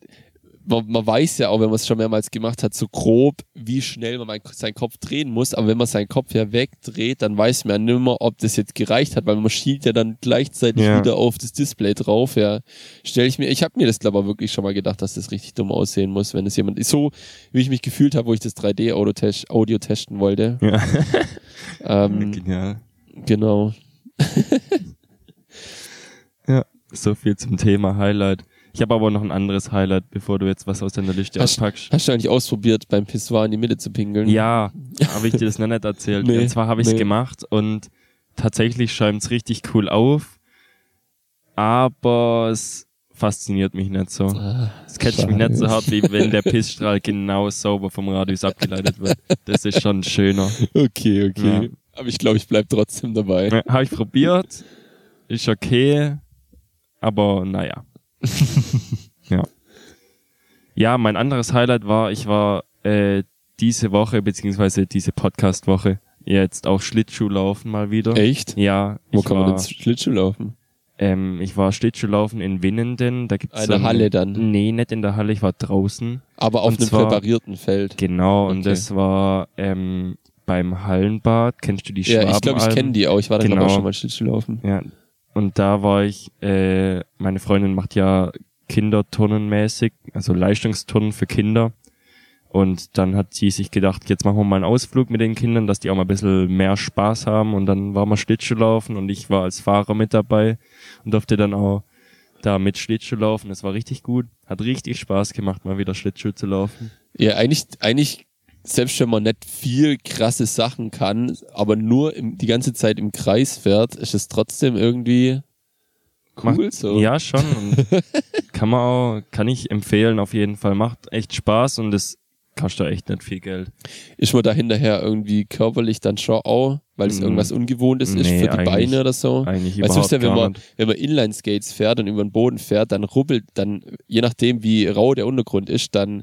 B: man, man weiß ja auch, wenn man es schon mehrmals gemacht hat, so grob, wie schnell man mein- seinen Kopf drehen muss. Aber wenn man seinen Kopf ja wegdreht, dann weiß man ja nimmer, ob das jetzt gereicht hat, weil man schielt ja dann gleichzeitig
C: Ja.
B: wieder auf das Display drauf. Ja, stelle ich mir. Ich habe mir das glaube ich wirklich schon mal gedacht, dass das richtig dumm aussehen muss, wenn es jemand so, wie ich mich gefühlt habe, wo ich das 3D Audio, -Test, Audio testen wollte.
C: ja.
B: Ähm,
C: Mhm. Genial.
B: genau.
C: So viel zum Thema Highlight. Ich habe aber noch ein anderes Highlight, bevor du jetzt was aus deiner Liste
B: Hast-
C: auspackst.
B: Hast du eigentlich ausprobiert, beim Pissoir in die Mitte zu pinkeln?
C: Ja, habe ich dir das noch nicht erzählt.
B: Nee,
C: und zwar habe ich es
B: nee.
C: gemacht und tatsächlich schäumt's richtig cool auf, aber es fasziniert mich nicht so.
B: Ah,
C: Es catcht mich nicht so
B: schade.
C: hart, wie wenn der Pissstrahl genau sauber vom Radius abgeleitet wird. Das ist schon schöner.
B: Okay, okay.
C: Ja.
B: Aber ich glaube, ich bleib trotzdem dabei.
C: Ja, Habe Äh, ich probiert, ist okay, aber naja. ja. Ja, mein anderes Highlight war, ich war äh, diese Woche, beziehungsweise diese Podcast-Woche, jetzt auch Schlittschuhlaufen mal wieder.
B: Echt?
C: Ja,
B: Wo
C: ich
B: kann
C: war,
B: man denn Schlittschuh laufen?
C: ähm, ich war Schlittschuhlaufen in Winnenden. Da gibt's
B: Ah, in der
C: so
B: Halle dann?
C: Nee, nicht in der Halle, ich war draußen.
B: Aber auf
C: Hm. Und
B: einem
C: zwar-
B: präparierten Feld.
C: Genau, und
B: Okay.
C: das war ähm, beim Hallenbad. Kennst du die
B: Ja, ich glaube, ich
C: Schwabenalm?
B: kenne die auch. Ich war da glaub
C: Genau.
B: ich, auch schon mal Schlittschuh laufen.
C: Ja. Und da war ich, äh, meine Freundin macht ja Kinderturnenmäßig, also Leistungsturnen für Kinder. Und dann hat sie sich gedacht, jetzt machen wir mal einen Ausflug mit den Kindern, dass die auch mal ein bisschen mehr Spaß haben. Und dann waren wir Schlittschuh laufen und ich war als Fahrer mit dabei und durfte dann auch da mit Schlittschuh laufen. Das war richtig gut. Hat richtig Spaß gemacht, mal wieder Schlittschuh zu laufen.
B: Ja, eigentlich, eigentlich, selbst wenn man nicht viel krasse Sachen kann, aber nur im, die ganze Zeit im Kreis fährt, ist es trotzdem irgendwie cool
C: Macht-
B: so.
C: Ja, schon. Und kann man auch, kann ich empfehlen, auf jeden Fall. Macht echt Spaß und es kannst du echt nicht viel Geld.
B: Ist man da hinterher irgendwie körperlich dann schon auch, weil es
C: Mm.
B: irgendwas Ungewohntes ist
C: Nee,
B: für die
C: eigentlich-
B: Beine oder so?
C: Eigentlich
B: Weil
C: überhaupt
B: sonst ja, wenn
C: gar
B: man,
C: nicht.
B: wenn man Inline-Skates fährt und über den Boden fährt, dann rubbelt, dann, je nachdem wie rau der Untergrund ist, dann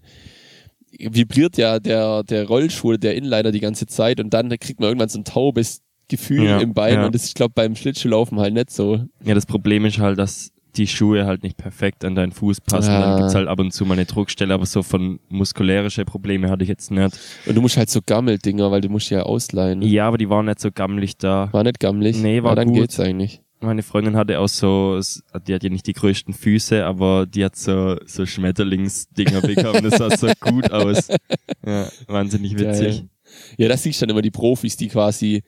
B: vibriert ja der, der Rollschuh, der Inliner die ganze Zeit und dann kriegt man irgendwann so ein taubes Gefühl
C: Ja,
B: im Bein
C: ja.
B: und das ist, glaube beim Schlittschuhlaufen halt nicht so.
C: Ja, das Problem ist halt, dass die Schuhe halt nicht perfekt an deinen Fuß passen.
B: Ah.
C: Dann gibt's halt ab und zu mal eine Druckstelle, aber so von muskulärische Probleme hatte ich jetzt nicht.
B: Und du musst halt so Gammeldinger, weil du musst die ja ausleihen.
C: Ja, aber die waren nicht so gammelig da.
B: War nicht gammelig?
C: Nee,
B: ja,
C: war
B: dann
C: gut.
B: geht's eigentlich.
C: Meine Freundin hatte auch so, s- die hat ja nicht die größten Füße, aber die hat so, so Schmetterlingsdinger bekommen. Das sah so gut aus. Ja, wahnsinnig witzig.
B: Geil. Ja, das siehst du dann immer die Profis, die quasi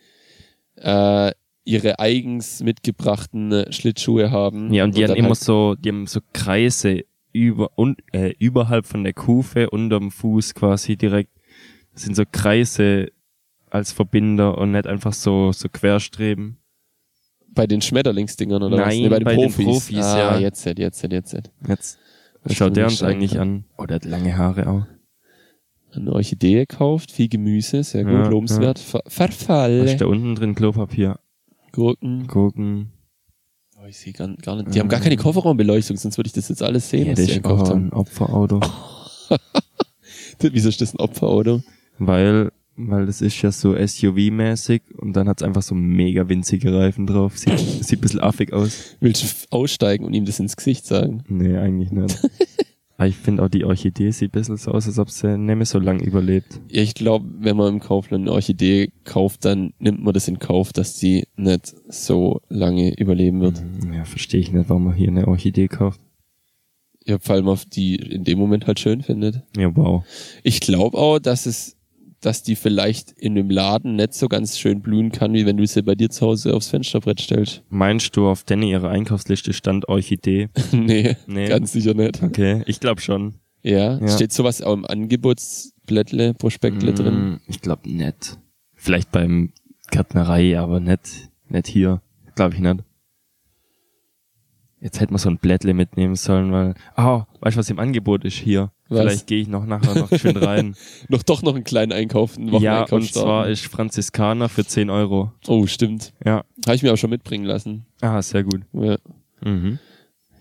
B: äh, ihre eigens mitgebrachten äh, Schlittschuhe haben.
C: Ja, Hm. und die haben
B: dann
C: immer
B: halt-
C: so, die haben so Kreise über und äh, überhalb von der Kufe, unterm Fuß quasi direkt. Das sind so Kreise als Verbinder und nicht einfach so so Querstreben.
B: Bei den Schmetterlingsdingern oder was?
C: Nein,
B: Nee, bei den
C: bei den
B: Profis.
C: Profis,
B: ah,
C: ja.
B: Jetzt, jetzt, jetzt, jetzt. jetzt.
C: Jetzt
B: Das
C: schaut
B: finde
C: der uns
B: ich
C: eigentlich
B: schade.
C: an. Oh, der hat lange Haare auch.
B: Eine Orchidee gekauft, viel Gemüse, sehr gut,
C: Ja,
B: lobenswert. Ver
C: Was ist da
B: Verfall.
C: unten drin? Klopapier.
B: Gurken.
C: Gurken.
B: Oh, ich sehe gar, gar nicht. Die haben gar keine Kofferraumbeleuchtung, sonst würde ich das jetzt alles sehen,
C: Ähm. Ja,
B: was
C: das
B: die
C: ist
B: gekauft
C: auch
B: haben.
C: ein Opferauto.
B: Wieso ist das ein Opferauto?
C: Weil, weil das ist ja so SUV-mäßig und dann hat's einfach so mega winzige Reifen drauf. Sieht, sieht ein bisschen affig aus.
B: Willst du f- aussteigen und ihm das ins Gesicht sagen?
C: Nee, eigentlich nicht. Aber Ah, ich finde auch die Orchidee sieht ein bisschen so aus, als ob sie nicht mehr so lang überlebt.
B: Ja, Ich glaube, wenn man im Kaufland eine Orchidee kauft, dann nimmt man das in Kauf, dass die nicht so lange überleben wird.
C: Ja, verstehe ich nicht, warum man hier eine Orchidee kauft.
B: Ja, vor allem auf die in dem Moment halt schön findet.
C: Ja, wow.
B: Ich glaube auch, dass es, dass die vielleicht in dem Laden nicht so ganz schön blühen kann, wie wenn du sie bei dir zu Hause aufs Fensterbrett stellst.
C: Meinst du, auf Danny ihrer Einkaufsliste stand Orchidee?
B: nee,
C: Nee.
B: ganz sicher nicht.
C: Okay, ich glaube schon.
B: Ja,
C: Ja.
B: steht sowas auch im Angebotsblättle, Prospektle drin?
C: Mm, Ich glaube nicht. Vielleicht beim Gärtnerei, aber nicht, nicht hier. Glaube ich nicht. Jetzt hätte man so ein Blättle mitnehmen sollen, weil, ah, weißt du, was im Angebot ist hier?
B: Was?
C: Vielleicht gehe ich noch nachher noch schön rein.
B: Noch doch noch einen kleinen Einkauf, einen
C: ja,
B: Wocheneinkauf
C: und zwar
B: starten.
C: ist Franziskaner für 10 Euro.
B: Oh, stimmt.
C: Ja.
B: Habe ich mir aber schon mitbringen lassen.
C: Ah, sehr gut.
B: Ja.
C: Mhm.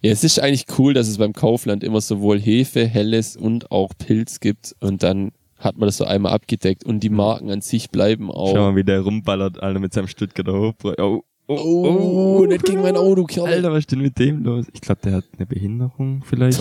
B: Ja, es ist eigentlich cool, dass es beim Kaufland immer sowohl Hefe, Helles und auch Pilz gibt und dann hat man das so einmal abgedeckt und die Marken an sich bleiben
C: Mhm. Schau
B: auch.
C: mal, wie der rumballert, Alter, mit seinem Stuttgarter Hochbräu. Oh, oh,
B: Oh, nicht gegen mein Auto, Kerl.
C: Alter, was ist denn mit dem los? Ich glaube, der hat eine Behinderung vielleicht.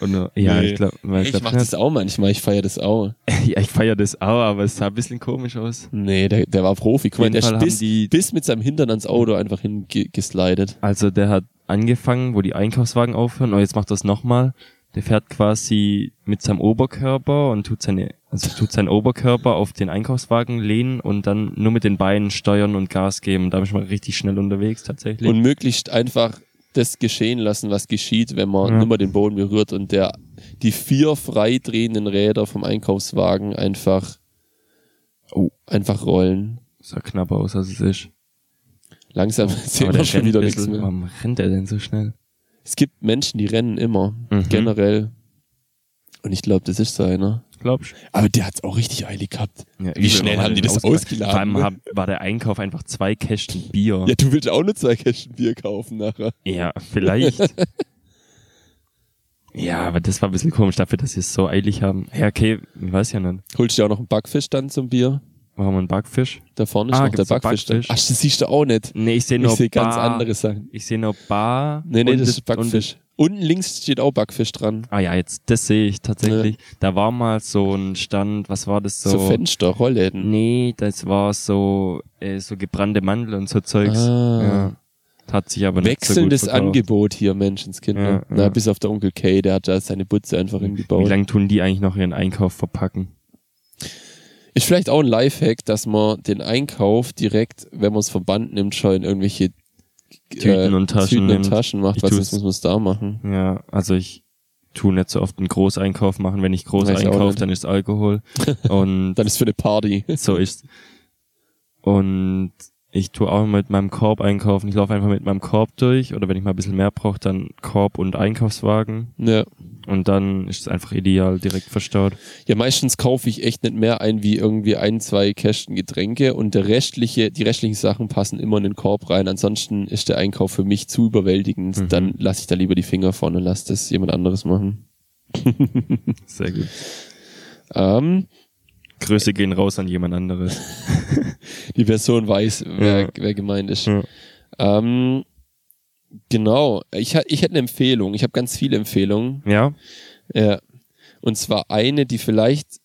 C: Oder, ja,
B: Nee.
C: ich glaube, ich,
B: Ich
C: glaub
B: mach das
C: nicht.
B: auch manchmal, ich feier das auch.
C: ja, ich feier das auch, aber es sah ein bisschen komisch aus.
B: Nee, der, der war Profi. Guck mal,
C: jeden
B: der
C: Fall
B: ist
C: haben
B: bis,
C: die-
B: bis mit seinem Hintern ans Auto einfach hingeslidet.
C: Also der hat angefangen, wo die Einkaufswagen aufhören, und jetzt macht das nochmal. Der fährt quasi mit seinem Oberkörper und tut seine, also tut seinen Oberkörper auf den Einkaufswagen lehnen und dann nur mit den Beinen steuern und Gas geben. Und da bin ich mal richtig schnell unterwegs tatsächlich.
B: Und möglichst einfach das geschehen lassen, was geschieht, wenn man
C: Ja.
B: nur mal den Boden berührt und der die vier frei drehenden Räder vom Einkaufswagen einfach,
C: Oh.
B: einfach rollen.
C: sah knapp aus, als es ist.
B: Langsam sehen wir schon
C: rennt
B: wieder
C: ein
B: nichts
C: bisschen.
B: mehr.
C: Warum rennt er denn so schnell?
B: Es gibt Menschen, die rennen immer,
C: Mhm.
B: generell. Und ich glaube, das ist so einer.
C: Glaubst du?
B: Aber der hat's auch richtig eilig gehabt.
C: Ja,
B: Wie schnell haben die das ausgeladen,
C: Vor allem
B: ne?
C: hab- war der Einkauf einfach zwei Kästen Bier.
B: Ja, du willst auch nur zwei Kästen Bier kaufen nachher.
C: Ja, vielleicht. ja, aber das war ein bisschen komisch dafür, dass sie es so eilig haben. Ja, okay, ich weiß ja nicht.
B: Holst du dir auch noch einen Backfisch dann zum Bier?
C: Warum ein Backfisch?
B: Da vorne ist
C: Ah,
B: noch der
C: gibt's einen
B: Backfisch. drin. Ach,
C: Backfisch?
B: das siehst du auch nicht.
C: Nee, ich sehe
B: Ich
C: nur
B: sehe ganz
C: Bar.
B: andere Sachen.
C: Ich sehe nur Bar.
B: Nee, nee,
C: und
B: das ist
C: und-
B: Backfisch. Unten links steht auch Backfisch dran.
C: Ah ja, jetzt, das sehe ich tatsächlich. Da war mal so ein Stand, was war das so?
B: So, Fenster, Rollläden.
C: Nee, das war so, äh, so gebrannte Mandel und so Zeugs.
B: Ah.
C: Ja. Hat sich aber nicht so gut
B: Wechselndes
C: verkauft.
B: Angebot hier, Menschenskinder.
C: Ja,
B: Na,
C: ja.
B: bis auf der Onkel Kay, der hat da seine Butze einfach
C: Wie
B: hingebaut.
C: lange tun die eigentlich noch ihren Einkauf verpacken?
B: Ist vielleicht auch ein Lifehack, dass man den Einkauf direkt, wenn man es Verband nimmt, schon in irgendwelche äh,
C: Tüten und Taschen
B: Tüten und
C: nimmt.
B: Taschen macht,
C: Ich
B: weil
C: tu's.
B: sonst muss man es da machen.
C: Ja, also ich tu nicht so oft einen Großeinkauf machen. Wenn ich groß
B: Weiß ich auch
C: einkaufe,
B: nicht.
C: dann ist Alkohol. Und
B: Dann ist für eine Party.
C: so ist Und ich tu auch mit meinem Korb einkaufen. Ich laufe einfach mit meinem Korb durch. Oder wenn ich mal ein bisschen mehr brauche, dann Korb und Einkaufswagen.
B: Ja.
C: Und dann ist es einfach ideal direkt verstaut.
B: Ja, meistens kaufe ich echt nicht mehr ein wie irgendwie ein, zwei Kästen Getränke und der restliche, die restlichen Sachen passen immer in den Korb rein. Ansonsten ist der Einkauf für mich zu überwältigend.
C: Mhm.
B: Dann lasse ich da lieber die Finger von und lasse das jemand anderes machen.
C: Sehr gut.
B: Ähm,
C: Grüße gehen raus an jemand anderes.
B: die Person weiß, wer,
C: Ja.
B: wer gemeint ist.
C: Ja.
B: Ähm, genau. Ich, ha- ich hätte eine Empfehlung. Ich habe ganz viele Empfehlungen.
C: Ja?
B: Ja. Und zwar eine, die vielleicht,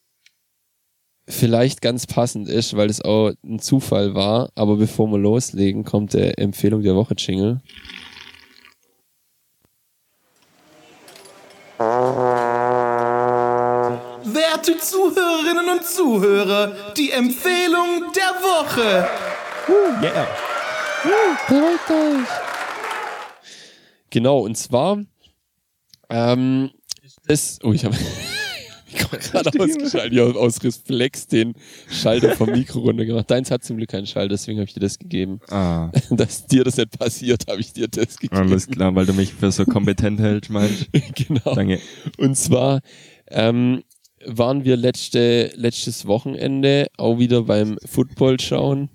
B: vielleicht ganz passend ist, weil es auch ein Zufall war. Aber bevor wir loslegen, kommt der Empfehlung der Woche Jingle.
A: Werte Zuhörerinnen und Zuhörer, die Empfehlung der Woche.
B: Genau, und zwar ähm, ist. Oh, ich habe gerade ausgeschaltet, ich habe aus Reflex den Schalter vom Mikro runtergemacht. Deins hat zum Glück keinen Schalter, deswegen habe ich dir das gegeben.
C: Ah,
B: Dass dir das nicht passiert, habe ich dir das gegeben.
C: alles klar, weil du mich für so kompetent hältst, meinst.
B: genau.
C: Danke.
B: Und zwar ähm, waren wir letzte, letztes Wochenende auch wieder beim Football schauen.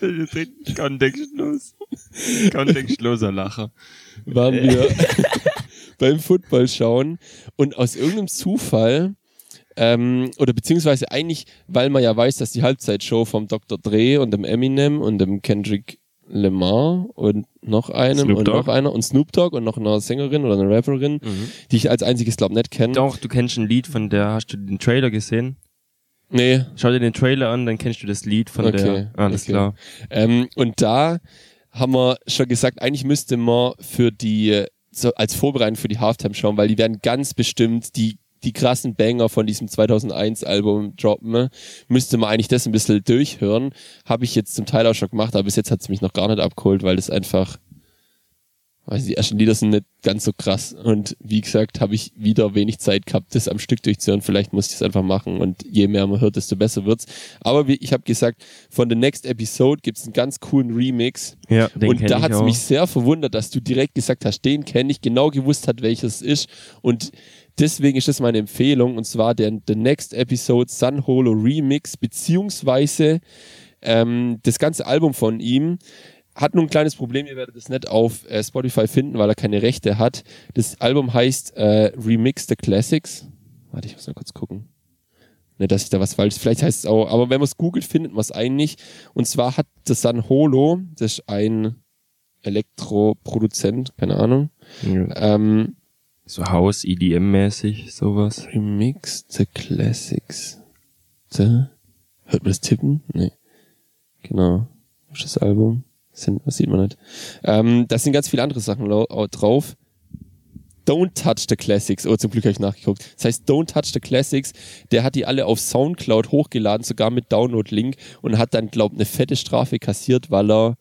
C: Das ist richtig kontextlos. Kontextloser Lacher.
B: waren wir beim Football schauen und aus irgendeinem Zufall ähm, oder beziehungsweise eigentlich, weil man ja weiß, dass die Halbzeitshow vom Dr. Dre und dem Eminem und dem Kendrick Lamar und noch einem
C: Snoop
B: und
C: Dogg. Mhm.
B: noch einer und Snoop Dogg und noch einer Sängerin oder einer Rapperin, die ich als einziges glaube nicht kenne.
C: Doch, du kennst ein Lied von der, hast du den Trailer gesehen?
B: Nee,
C: Schau dir den Trailer an, dann kennst du das Lied von
B: Okay,
C: der. Ah, Alles
B: okay.
C: klar.
B: Ähm, und da haben wir schon gesagt, eigentlich müsste man für die, so als Vorbereitung für die Halftime schauen, weil die werden ganz bestimmt die, die krassen Banger von diesem 2001-Album droppen. Müsste man eigentlich das ein bisschen durchhören. Habe ich jetzt zum Teil auch schon gemacht, aber bis jetzt hat es mich noch gar nicht abgeholt, weil das einfach, weiß nicht, die ersten Lieder sind nicht ganz so krass. Und wie gesagt, habe ich wieder wenig Zeit gehabt, das am Stück durchzuhören. Vielleicht muss ich es einfach machen. Und je mehr man hört, desto besser wird's. Aber wie, ich habe gesagt, von The Next Episode gibt's einen ganz coolen Remix.
C: Ja, den kenn
B: und da
C: ich
B: hat's
C: auch.
B: mich sehr verwundert, dass du direkt gesagt hast, den kenne ich, genau gewusst hat, welches es ist. Und deswegen ist das meine Empfehlung. Und zwar der The Next Episode Sun Holo Remix, beziehungsweise ähm, das ganze Album von ihm. Hat nun ein kleines Problem, ihr werdet es nicht auf äh, Spotify finden, weil er keine Rechte hat. Das Album heißt äh, Remix the Classics. Warte, ich muss mal kurz gucken. Nicht, Ne, dass ich da was falsch. Vielleicht heißt es auch, aber wenn man es googelt, findet man es eigentlich. Und zwar hat das San Holo, das ist ein Elektroproduzent, keine Ahnung,
C: Ja.
B: ähm,
C: So House EDM-mäßig, sowas.
B: Remix the Classics. The? Hört man das tippen? Nee. Genau. Das ist das Album. Das Sind, was sieht man nicht? Ähm, da sind ganz viele andere Sachen lau- au- drauf. Don't Touch the Classics. Oh, zum Glück habe ich nachgeguckt. Das heißt Don't Touch the Classics. Der hat die alle auf Soundcloud hochgeladen, sogar mit Download-Link und hat dann, glaube eine fette Strafe kassiert, weil er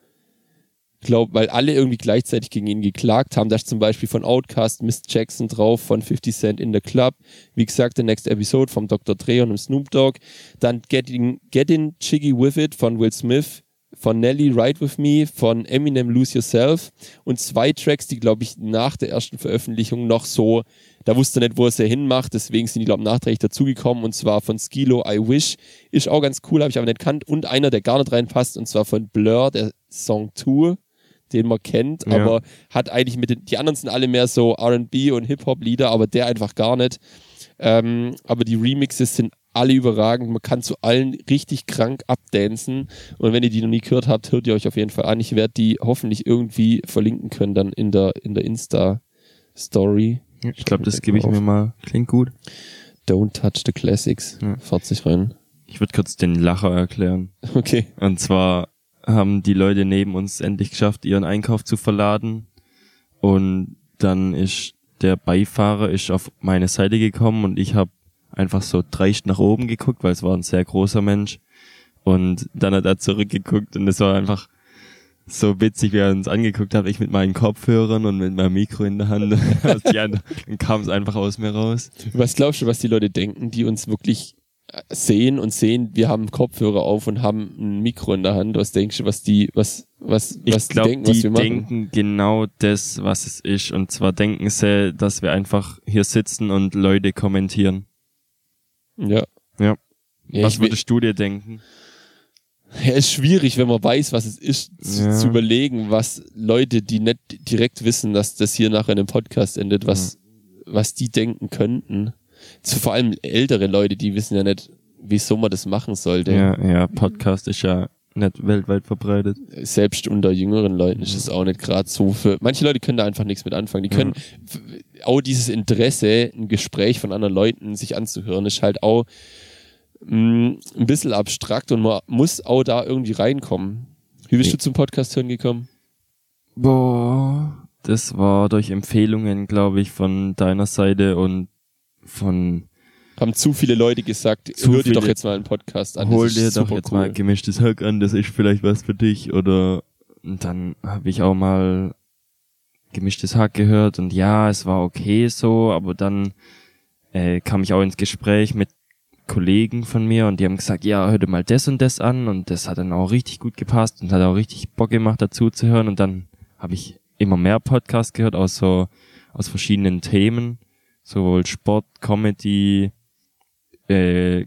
B: glaub, weil alle irgendwie gleichzeitig gegen ihn geklagt haben. Da ist zum Beispiel von Outcast Miss Jackson drauf, von 50 Cent in the Club. Wie gesagt, der Next Episode vom Dr. Dre und dem Snoop Dogg. Dann Getting, Getting Jiggy With It von Will Smith. Von Nelly Ride With Me, von Eminem Lose Yourself und zwei Tracks, die, glaube ich, nach der ersten Veröffentlichung noch so, da wusste er nicht, wo er es ja hinmacht, deswegen sind die, glaube ich, nachträglich dazugekommen und zwar von Skilo I Wish, ist auch ganz cool, habe ich aber nicht kannt und einer, der gar nicht reinpasst und zwar von Blur, der Song Tour, den man kennt,
C: Ja.
B: aber hat eigentlich mit den, die anderen sind alle mehr so R&B und Hip-Hop-Lieder, aber der einfach gar nicht. Ähm, aber die Remixes sind alle überragend. Man kann zu allen richtig krank abdancen. Und wenn ihr die noch nie gehört habt, hört ihr euch auf jeden Fall an. Ich werde die hoffentlich irgendwie verlinken können dann in der, in der Insta-Story.
C: Ich glaube, das gebe ich mir mal. Klingt gut.
B: Don't touch the classics.
C: Ja.
B: Fahrt sich rein.
C: Ich würde kurz den Lacher erklären.
B: Okay.
C: Und zwar haben die Leute neben uns endlich geschafft, ihren Einkauf zu verladen. Und dann ist der Beifahrer ist auf meine Seite gekommen und ich habe einfach so dreist nach oben geguckt, weil es war ein sehr großer Mensch. Und dann hat er zurückgeguckt und es war einfach so witzig, wie er uns angeguckt hat. Ich mit meinen Kopfhörern und mit meinem Mikro in der Hand. ja, dann kam es einfach aus mir raus.
B: Was glaubst du, was die Leute denken, die uns wirklich äh, sehen und sehen, wir haben Kopfhörer auf und haben ein Mikro in der Hand. Was denkst du, was die, was, was, was
C: Ich
B: die
C: glaube,
B: denken, was
C: die
B: wir machen?
C: denken genau das, was es ist. Und zwar denken sie, dass wir einfach hier sitzen und Leute kommentieren.
B: Ja.
C: Ja.
B: ja
C: was
B: ich,
C: würdest du dir denken?
B: Ja, ist schwierig, wenn man weiß, was es ist, zu,
C: Ja.
B: zu überlegen, was Leute, die nicht direkt wissen, dass das hier nachher in einem Podcast endet, was, was die denken könnten. Zu, vor allem ältere Leute, die wissen ja nicht, wieso man das machen sollte.
C: Ja, ja, Podcast ist ja nicht weltweit verbreitet.
B: Selbst unter jüngeren Leuten ist
C: Mhm.
B: es auch nicht gerade so für. Manche Leute können da einfach nichts mit anfangen. Die können f-
C: Mhm.
B: auch dieses Interesse, ein Gespräch von anderen Leuten sich anzuhören, ist halt auch mh, ein bisschen abstrakt und man muss auch da irgendwie reinkommen. Wie bist du zum Podcast hören gekommen?
C: Boah. Das war durch Empfehlungen, glaube ich, von deiner Seite und von
B: Haben zu viele Leute gesagt,
C: Zu
B: hör dir doch
C: viele.
B: jetzt mal einen Podcast an.
C: hol
B: das
C: dir
B: ist
C: doch
B: super
C: jetzt
B: cool.
C: mal gemischtes Hack an, das ist vielleicht was für dich oder und dann habe ich auch mal gemischtes Hack gehört und ja, es war okay so, aber dann äh, kam ich auch ins Gespräch mit Kollegen von mir und die haben gesagt, ja, hör dir mal das und das an und das hat dann auch richtig gut gepasst und hat auch richtig Bock gemacht dazu zu hören und dann habe ich immer mehr Podcasts gehört aus so aus verschiedenen Themen, sowohl Sport, Comedy, äh,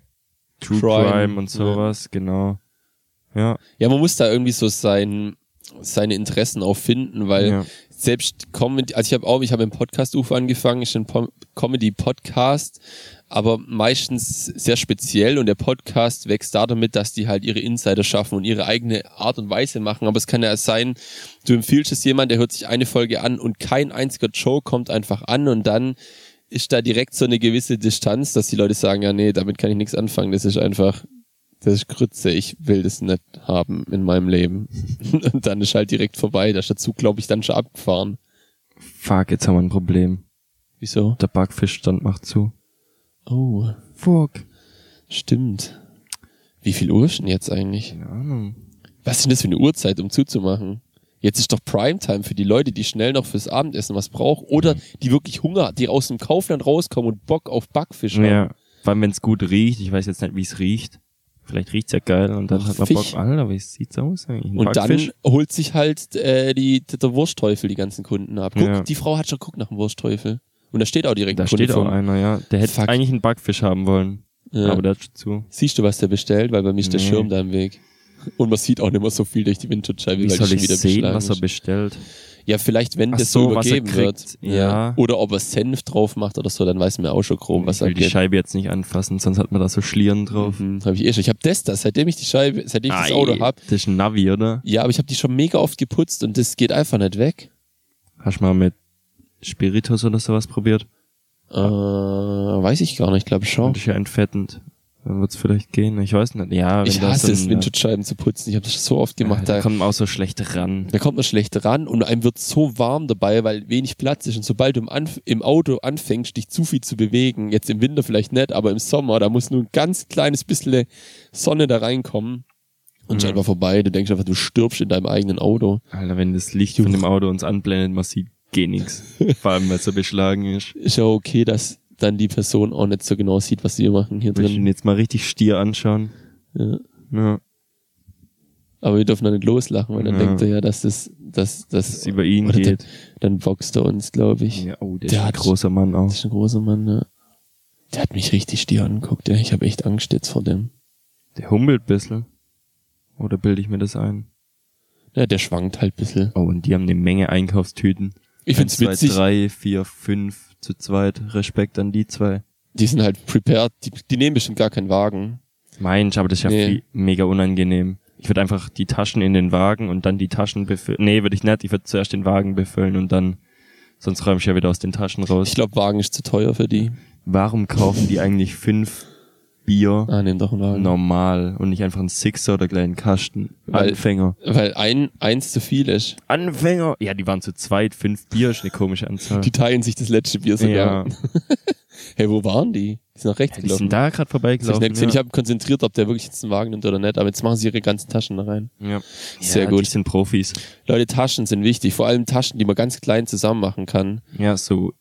C: True
B: Crime,
C: Crime, und
B: ja.
C: sowas, genau. Ja,
B: Ja, man muss da irgendwie so sein, seine Interessen auch finden, weil
C: ja.
B: selbst Comedy, also ich habe auch, ich habe im Podcast UFO angefangen, ist ein Pom- Comedy-Podcast, aber meistens sehr speziell und der Podcast wächst da damit, dass die halt ihre Insider schaffen und ihre eigene Art und Weise machen. Aber es kann ja sein, du empfiehlst es jemand, der hört sich eine Folge an und kein einziger Joe kommt einfach an und dann ist da direkt so eine gewisse Distanz, dass die Leute sagen, ja nee, damit kann ich nichts anfangen, das ist einfach, das ist Grütze, ich will das nicht haben in meinem Leben. und dann ist halt direkt vorbei, da ist der Zug, glaube ich, dann schon abgefahren.
C: Fuck, jetzt haben wir ein Problem.
B: Wieso?
C: Der Backfischstand macht zu.
B: Oh,
C: Fuck.
B: stimmt. Wie viel Uhr ist denn jetzt eigentlich?
C: Keine Ahnung.
B: Was ist denn das für eine Uhrzeit, um zuzumachen? Jetzt ist doch Primetime für die Leute, die schnell noch fürs Abendessen was brauchen oder die wirklich Hunger, die aus dem Kaufland rauskommen und Bock auf Backfisch haben.
C: Ja, vor allem wenn es gut riecht, ich weiß jetzt nicht, wie es riecht. Vielleicht riecht's ja geil und dann
B: Ach,
C: hat man
B: Fisch.
C: Bock, Alter, wie sieht's aus eigentlich? Ein
B: Und
C: Backfisch?
B: dann holt sich halt äh, die, der Wurstteufel die ganzen Kunden ab. Guck,
C: Ja.
B: die Frau hat schon guckt nach dem Wurstteufel. Und da steht auch direkt
C: da
B: ein Kunde
C: steht auch
B: vor.
C: einer, ja. Der hätte
B: Fuck.
C: eigentlich einen Backfisch haben wollen,
B: Ja.
C: aber der hat schon zu.
B: Siehst du, was der bestellt? Weil bei mir ist der
C: Nee.
B: Schirm da im Weg. Und man sieht auch nicht mehr so viel durch die Windschutzscheibe,
C: Wie
B: weil die
C: soll
B: schon
C: ich
B: wieder
C: sehen,
B: beschlagen
C: was er
B: ist.
C: bestellt?
B: Ja, vielleicht, wenn
C: Ach
B: das so
C: so, was er
B: übergeben wird.
C: kriegt. Ja.
B: Oder ob er Senf drauf macht oder so, dann weiß man ja auch schon grob, Oh, was
C: ich will
B: er
C: die
B: geht.
C: Scheibe jetzt nicht anfassen, sonst hat man da so Schlieren drauf.
B: Mhm, hab ich eh schon. Ich habe das, das, seitdem ich die Scheibe, seitdem ich das Auto
C: Ei,
B: hab.
C: Das ist ein Navi, oder?
B: Ja, aber ich habe die schon mega oft geputzt und das geht einfach nicht weg.
C: Hast du mal mit Spiritus oder sowas probiert?
B: Äh, weiß ich gar nicht, glaube ich schon.
C: Das ist ja entfettend. Dann wird's vielleicht gehen. Ich weiß nicht. Ja, wenn
B: Ich
C: da
B: hasse
C: so
B: es,
C: ein-
B: Windschutzscheiben zu putzen. Ich habe das so oft
C: Ja,
B: gemacht.
C: da
B: da,
C: kommt man auch so schlecht ran.
B: da kommt man schlecht ran und einem wird so warm dabei, weil wenig Platz ist. Und sobald du im, Anf im Auto anfängst, dich zu viel zu bewegen, jetzt im Winter vielleicht nicht, aber im Sommer, da muss nur ein ganz kleines bisschen Sonne da reinkommen und ist
C: Mhm.
B: einfach vorbei. Du denkst einfach, du stirbst in deinem eigenen Auto.
C: Alter, wenn das Licht von dem Auto uns anblendet, man sieht gar nichts. Vor allem, weil es so beschlagen ist.
B: Ist ja okay, dass dann die Person auch nicht so genau sieht, was wir machen hier
C: Will ich ihn
B: drin.
C: jetzt mal richtig stier anschauen?
B: Ja.
C: Ja,
B: Aber wir dürfen da nicht loslachen, weil dann
C: Ja.
B: denkt er ja, dass das, dass, dass
C: dass es über ihn
B: oder
C: geht.
B: Dann boxt er uns, glaube ich.
C: Ja, oh,
B: der
C: ist ein
B: hat-
C: großer Mann auch.
B: Das ist ein großer Mann, ja. Der hat mich richtig stier angeguckt, ja. Ich habe echt Angst jetzt vor dem.
C: Der humpelt ein bisschen. Oder bilde ich mir das ein?
B: Ja, der schwankt halt ein bisschen.
C: Oh, und die haben eine Menge Einkaufstüten.
B: Ich find's
C: Eins,
B: witzig,
C: Zwei, drei, vier, fünf zu zweit. Respekt an die zwei.
B: die sind halt prepared, die, die nehmen bestimmt gar keinen Wagen.
C: Mensch, aber das ist ja
B: Nee.
C: viel, mega unangenehm. Ich würde einfach die Taschen in den Wagen und dann die Taschen befüllen. Nee, würde ich nicht. Ich würde zuerst den Wagen befüllen und dann, sonst räume ich ja wieder aus den Taschen raus.
B: Ich glaube, Wagen ist zu teuer für die.
C: Warum kaufen die eigentlich fünf Bier
B: Ah, nehmen doch einen Wagen.
C: normal und nicht einfach einen Sixer oder kleinen Kasten?
B: Weil-
C: Anfänger.
B: Weil ein, eins zu viel ist.
C: Anfänger? Ja, die waren zu zweit. Fünf Bier ist eine komische Anzahl.
B: Die teilen sich das letzte Bier
C: ja,
B: sogar. Hey, wo waren die? Die sind nach rechts
C: die
B: gelaufen.
C: sind da gerade
B: Das hab ich
C: vorbeigelaufen.
B: nicht gesehen. Ich
C: ja.
B: habe konzentriert, ob der wirklich jetzt einen Wagen nimmt oder nicht, aber jetzt machen sie ihre ganzen Taschen da rein.
C: ja.
B: Sehr
C: ja,
B: gut.
C: Die sind Profis.
B: Leute, Taschen sind wichtig, vor allem Taschen, die man ganz klein zusammen machen kann.
C: Ja, so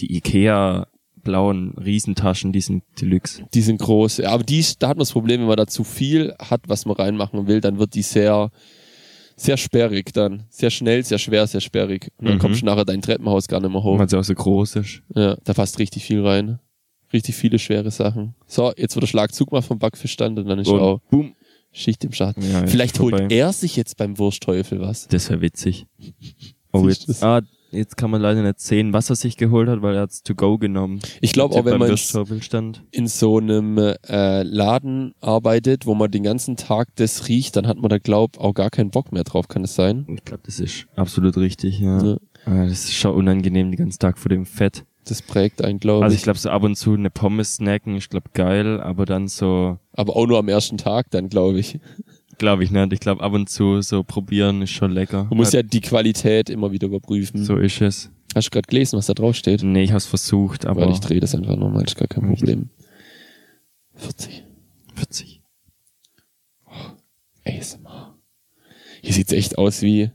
C: die Ikea blauen Riesentaschen, die sind Deluxe.
B: Die sind groß. Ja, Aber die, ist- da hat man das Problem, wenn man da zu viel hat, was man reinmachen will, dann wird die sehr, sehr sperrig dann. Sehr schnell, sehr schwer, sehr sperrig. Und dann
C: Mhm.
B: kommst du nachher dein Treppenhaus gar nicht mehr hoch.
C: Weil sie auch so groß ist.
B: Ja, da passt richtig viel rein. Richtig viele schwere Sachen. So, jetzt wird der Schlagzug mal vom Backfischstand und dann ist
C: Und
B: auch
C: boom.
B: Schicht im Schatten.
C: Ja, ist
B: Vielleicht
C: vorbei.
B: holt er sich jetzt beim Wurstteufel was.
C: Das wäre witzig. Oh,
B: Siehst
C: jetzt, ah, jetzt kann man leider nicht sehen, was er sich geholt hat, weil er hat's to go genommen.
B: Ich glaube auch, wenn man ins-
C: Beim stand.
B: in so einem äh, Laden arbeitet, wo man den ganzen Tag das riecht, dann hat man da glaub auch gar keinen Bock mehr drauf, kann es sein?
C: Ich glaube, das ist absolut richtig, ja.
B: Ja.
C: Ah, Das ist schon unangenehm den ganzen Tag vor dem Fett.
B: Das prägt einen, glaube
C: Also
B: also
C: ich glaube, so ab und zu eine Pommes snacken, ich glaube geil, aber dann so,
B: Aber auch nur am ersten Tag dann, glaube ich.
C: glaube ich nicht. Ich glaube, ab und zu so probieren ist schon lecker.
B: Man muss ja die Qualität immer wieder überprüfen.
C: so ist es.
B: Hast du gerade gelesen, was da drauf steht?
C: Nee, ich hab's versucht, aber
B: Aber ich drehe das einfach nochmal, ist gar kein
C: Echt?
B: Problem. 40.
C: 40.
B: ASMR. Hier sieht's echt aus wie,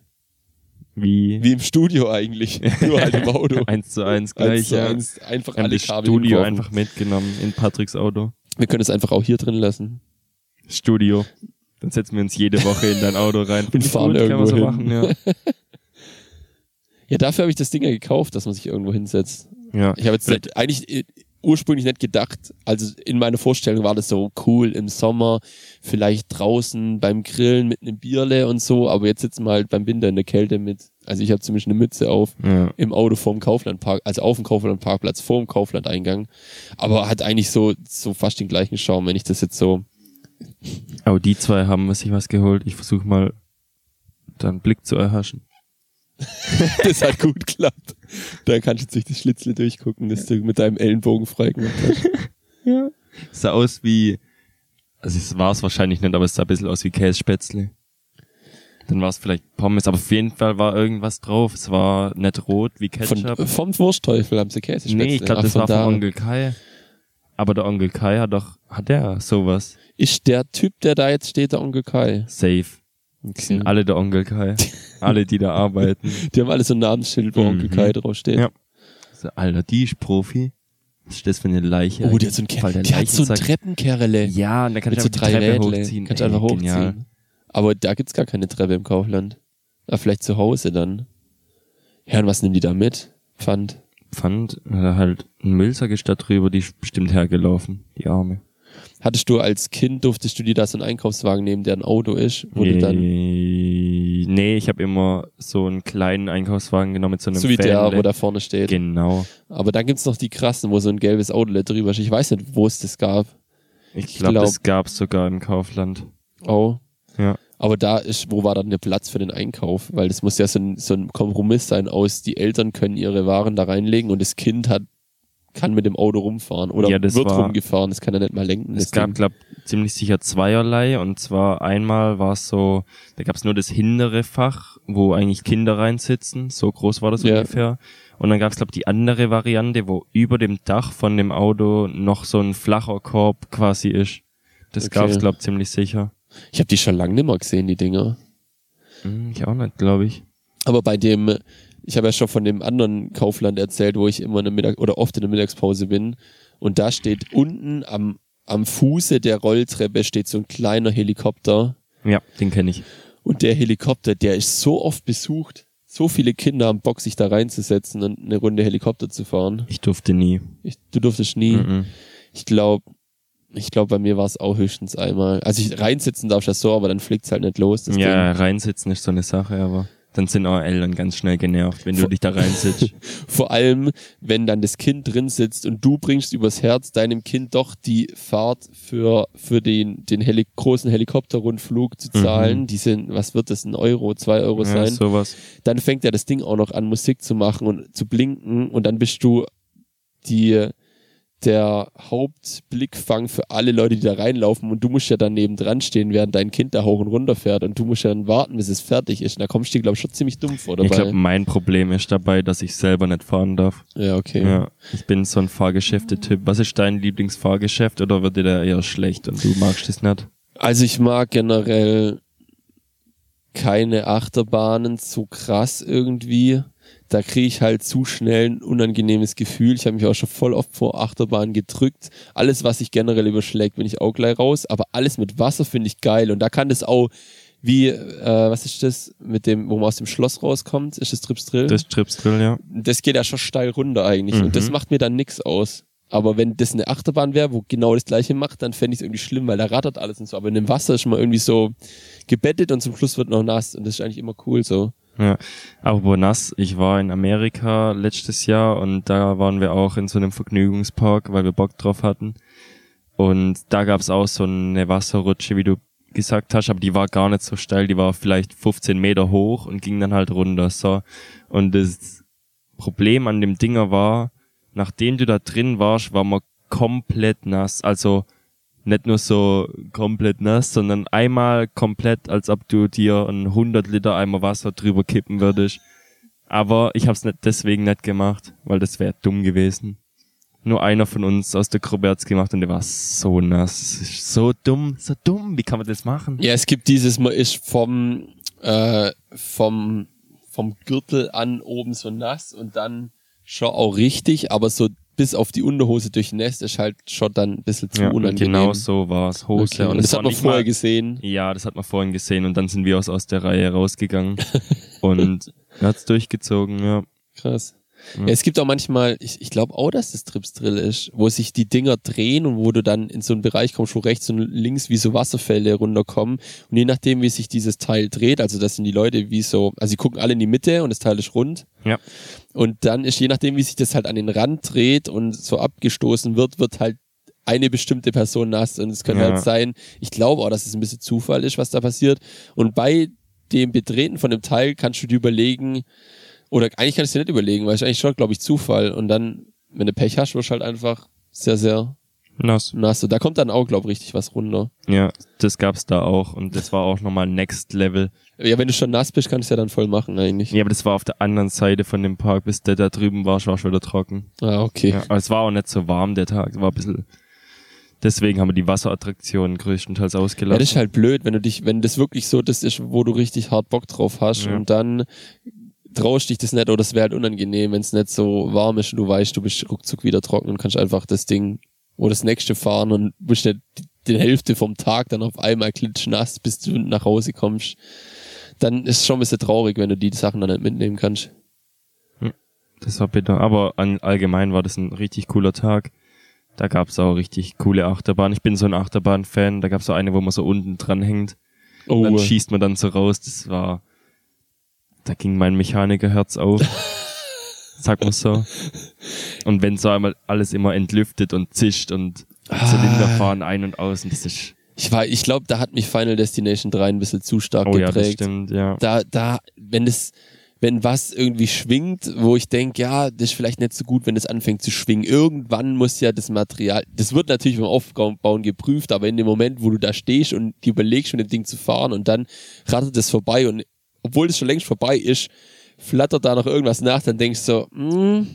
C: Wie?
B: wie im Studio eigentlich. Nur halt im Auto.
C: Eins zu eins gleich,
B: Eins zu
C: ja.
B: eins, einfach
C: Haben
B: alle
C: das
B: Kabel
C: Studio
B: geworfen.
C: einfach mitgenommen in Patricks Auto.
B: Wir können es einfach auch hier drin lassen.
C: Studio. Dann setzen wir uns jede Woche in dein Auto rein. Finde ich
B: fahren
C: gut, kann man
B: irgendwo
C: machen, ja.
B: Ja, dafür habe ich das Ding ja gekauft, dass man sich irgendwo hinsetzt.
C: ja.
B: Ich habe jetzt
C: Vielleicht-
B: nicht, eigentlich äh, ursprünglich nicht gedacht, also in meiner Vorstellung war das so cool im Sommer, vielleicht draußen beim Grillen mit einem Bierle und so, aber jetzt sitzen wir halt beim Winter in der Kälte mit, also ich habe zumindest eine Mütze auf,
C: Ja.
B: im Auto vorm Kauflandpark, also auf dem Kauflandparkplatz, vorm Kauflandeingang, aber hat eigentlich so, so fast den gleichen Schaum, wenn ich das jetzt so,
C: Aber die zwei haben sich was geholt. Ich versuche mal, deinen Blick zu erhaschen.
B: das hat gut geklappt. Da kannst du jetzt durch die Schlitzle durchgucken, dass du mit deinem Ellenbogen freigemacht hast.
C: Sah aus wie, also es war es wahrscheinlich nicht, aber es sah ein bisschen aus wie Kässpätzle. Dann war es vielleicht Pommes, aber auf jeden Fall war irgendwas drauf. Es war nicht rot wie Ketchup.
B: Von, vom Wurstteufel haben sie Käse
C: nee, ich glaube, das war von Onkel Kai. Aber der Onkel Kai hat doch, hat der sowas.
B: Ist der Typ, der da jetzt steht, der Onkel Kai?
C: Safe. Sind alle der Onkel Kai. alle, die da arbeiten.
B: Die haben alle so ein Namensschild, wo
C: Mhm.
B: Onkel Kai draufsteht.
C: Ja. So, Alter, die ist Profi. Was ist das für eine Leiche?
B: Oh, der hat so ein,
C: Voll
B: Ker
C: der
B: der hat so ein
C: Leichensack.
B: Treppenkerle.
C: Ja, und dann kann
B: mit
C: ich
B: so
C: einfach
B: drei
C: die Treppe
B: Rädle.
C: hochziehen.
B: Kannst
C: Ey,
B: einfach hochziehen.
C: genial.
B: Aber da gibt's gar keine Treppe im Kaufland. Ah, vielleicht zu Hause dann. Ja, und was nehmen die da mit? Pfand.
C: Pfand, hat er halt einen Müllsack ist da drüber, die ist bestimmt hergelaufen, die Arme.
B: Hattest du als Kind, durftest du dir da so einen Einkaufswagen nehmen, der ein Auto ist, wo du dann,
C: Äh, nee, ich habe immer so einen kleinen Einkaufswagen genommen mit so einem
B: so wie der,
C: Fähnle.
B: wo da vorne steht.
C: Genau.
B: Aber dann gibt's noch die krassen, wo so ein gelbes Outlet drüber ist. Ich weiß nicht, wo es das gab.
C: Ich
B: Ich
C: glaube,
B: glaub-
C: das gab's sogar im Kaufland.
B: Oh.
C: Ja.
B: Aber da ist, wo war dann der Platz für den Einkauf? Weil das muss ja so ein, so ein Kompromiss sein aus, die Eltern können ihre Waren da reinlegen und das Kind hat, kann mit dem Auto rumfahren oder
C: Ja, das
B: wird
C: war-
B: rumgefahren, das kann er nicht mal lenken.
C: es
B: das
C: gab,
B: Ding.
C: glaube ziemlich sicher zweierlei. Und zwar einmal war es so, da gab's nur das hintere Fach, wo eigentlich Kinder reinsitzen. So groß war das
B: Ja.
C: ungefähr. Und dann gab's glaub glaube die andere Variante, wo über dem Dach von dem Auto noch so ein flacher Korb quasi ist. Das
B: Okay.
C: gab's glaub glaube ziemlich sicher.
B: ich habe die schon lange nicht mehr gesehen, die Dinger.
C: Hm, Ich auch nicht, glaube ich.
B: Aber bei dem, ich habe ja schon von dem anderen Kaufland erzählt, wo ich immer in der Mittag oder oft in der Mittagspause bin. Und da steht unten am, am Fuße der Rolltreppe steht so ein kleiner Helikopter.
C: Ja, den kenne ich.
B: Und der Helikopter, der ist so oft besucht. So viele Kinder haben Bock, sich da reinzusetzen und eine Runde Helikopter zu fahren.
C: Ich durfte nie.
B: Ich, du durftest nie.
C: Mhm.
B: Ich glaube, ich glaube, bei mir war es auch höchstens einmal. Also ich reinsitzen darf ich das so, aber dann fliegt's halt nicht los. Das
C: Ja,
B: Ding.
C: reinsitzen ist so eine Sache, aber dann sind auch Eltern ganz schnell genervt, wenn du dich da reinsitzt.
B: Vor allem, wenn dann das Kind drin sitzt und du bringst übers Herz deinem Kind doch die Fahrt für, für den, den Heli großen Helikopterrundflug zu zahlen. Die sind, was wird das, ein Euro, zwei Euro
C: Mhm. ja,
B: sein?
C: sowas.
B: dann fängt ja das Ding auch noch an, Musik zu machen und zu blinken und dann bist du die, der Hauptblickfang für alle Leute, die da reinlaufen und du musst ja dann nebendran stehen, während dein Kind da hoch und runter fährt und du musst ja dann warten, bis es fertig ist. Und da kommst du dir, glaube ich, schon ziemlich dumm vor dabei.
C: Ich glaube, mein Problem ist dabei, dass ich selber nicht fahren darf.
B: ja, okay.
C: Ja. Ich bin so ein Fahrgeschäfte-Typ. Was ist dein Lieblingsfahrgeschäft oder wird dir da eher schlecht und du magst es nicht?
B: Also ich mag generell keine Achterbahnen so krass irgendwie. da kriege ich halt zu schnell ein unangenehmes Gefühl. Ich habe mich auch schon voll oft vor Achterbahn gedrückt. Alles, was sich generell überschlägt, bin ich auch gleich raus. Aber alles mit Wasser finde ich geil. Und da kann das auch, wie, äh, was ist das, mit dem, wo man aus dem Schloss rauskommt? Ist das Trips Drill?
C: Das Trips Grill, ja.
B: das geht ja schon steil runter eigentlich.
C: Mhm.
B: Und das macht mir dann nix aus. Aber wenn das eine Achterbahn wäre, wo genau das gleiche macht, dann fände ich es irgendwie schlimm, weil da rattert alles und so. Aber in dem Wasser ist man irgendwie so gebettet und zum Schluss wird noch nass. Und das ist eigentlich immer cool so.
C: Ja, apropos nass, ich war in Amerika letztes Jahr und da waren wir auch in so einem Vergnügungspark, weil wir Bock drauf hatten. Und da gab's auch so eine Wasserrutsche, wie du gesagt hast, aber die war gar nicht so steil, die war vielleicht 15 Meter hoch und ging dann halt runter. So. Und das Problem an dem Dinger war, nachdem du da drin warst, war man komplett nass. Also nicht nur so komplett nass, sondern einmal komplett, als ob du dir einen 100 Liter Eimer Wasser drüber kippen würdest. Aber ich hab's nicht deswegen nicht gemacht, weil das wäre dumm gewesen. Nur einer von uns aus der Gruppe hat's gemacht und der war so nass. Es ist So dumm, so dumm. Wie kann man das machen?
B: Ja, es gibt dieses, man ist vom, äh, vom, vom Gürtel an oben so nass und dann schon auch richtig, aber so bis auf die Unterhose durchnässt ist halt schon dann ein bisschen zu
C: Ja,
B: unangenehm.
C: genau so war's. Hose.
B: Okay. Und das
C: es
B: hat
C: war
B: man
C: nicht
B: vorher
C: mal-
B: gesehen.
C: Ja, das hat man vorhin gesehen und dann sind wir aus, aus der Reihe rausgegangen und hat's durchgezogen, ja.
B: Krass. Ja, es gibt auch manchmal, ich, ich glaube auch, dass das Trips Drill ist, wo sich die Dinger drehen und wo du dann in so einen Bereich kommst, wo rechts und links wie so Wasserfälle runterkommen. Und je nachdem, wie sich dieses Teil dreht, also das sind die Leute wie so, also sie gucken alle in die Mitte und das Teil ist rund.
C: Ja.
B: Und dann ist je nachdem, wie sich das halt an den Rand dreht und so abgestoßen wird, wird halt eine bestimmte Person nass und es könnte
C: Ja.
B: halt sein, ich glaube auch, dass es ein bisschen Zufall ist, was da passiert. Und bei dem Betreten von dem Teil kannst du dir überlegen, oder eigentlich kannst du dir nicht überlegen, weil es ist eigentlich schon, glaube ich, Zufall. Und dann, wenn du Pech hast, wirst du halt einfach sehr, sehr
C: Nass.
B: nass. Und da kommt dann auch, glaube ich, richtig was runter.
C: Ja, das gab's da auch und das war auch nochmal Next Level.
B: Ja, wenn du schon nass bist, kannst du ja dann voll machen eigentlich.
C: Ja, aber das war auf der anderen Seite von dem Park, bis der da drüben war, war schon wieder trocken.
B: Ah, okay.
C: Ja, aber es war auch nicht so warm der Tag, es war ein bisschen. Deswegen haben wir die Wasserattraktionen größtenteils
B: Ja,
C: ausgelassen.
B: das ist halt blöd, wenn du dich, wenn das wirklich so das ist, wo du richtig hart Bock drauf hast
C: Ja.
B: und dann traust dich das nicht oder das wäre halt unangenehm, wenn es nicht so warm ist und du weißt, du bist ruckzuck wieder trocken und kannst einfach das Ding oder das nächste fahren und bist nicht die die Hälfte vom Tag dann auf einmal klitschnass, bis du nach Hause kommst. Dann ist es schon ein bisschen traurig, wenn du die Sachen dann nicht mitnehmen kannst.
C: Das war bitter. Aber an, allgemein war das ein richtig cooler Tag. Da gab's auch richtig coole Achterbahn. Ich bin so ein Achterbahn-Fan. Da gab's so eine, wo man so unten dran hängt.
B: Oh,
C: Dann schießt man dann so raus. Das war. Da ging mein Mechanikerherz auf. Sag mal so. Und wenn so einmal alles immer entlüftet und zischt und
B: Ah.
C: Zylinder fahren ein und aus und das ist.
B: ich war, ich glaube, da hat mich Final Destination 3 ein bisschen zu stark
C: Oh ja,
B: geprägt.
C: das stimmt, ja.
B: da, da, wenn das, wenn was irgendwie schwingt, wo ich denke, ja, das ist vielleicht nicht so gut, wenn es anfängt zu schwingen. Irgendwann muss ja das Material, das wird natürlich beim Aufbauen geprüft, aber in dem Moment, wo du da stehst und dir überlegst, mit dem Ding zu fahren und dann rattert es vorbei und obwohl es schon längst vorbei ist, flattert da noch irgendwas nach, dann denkst du, so, mm,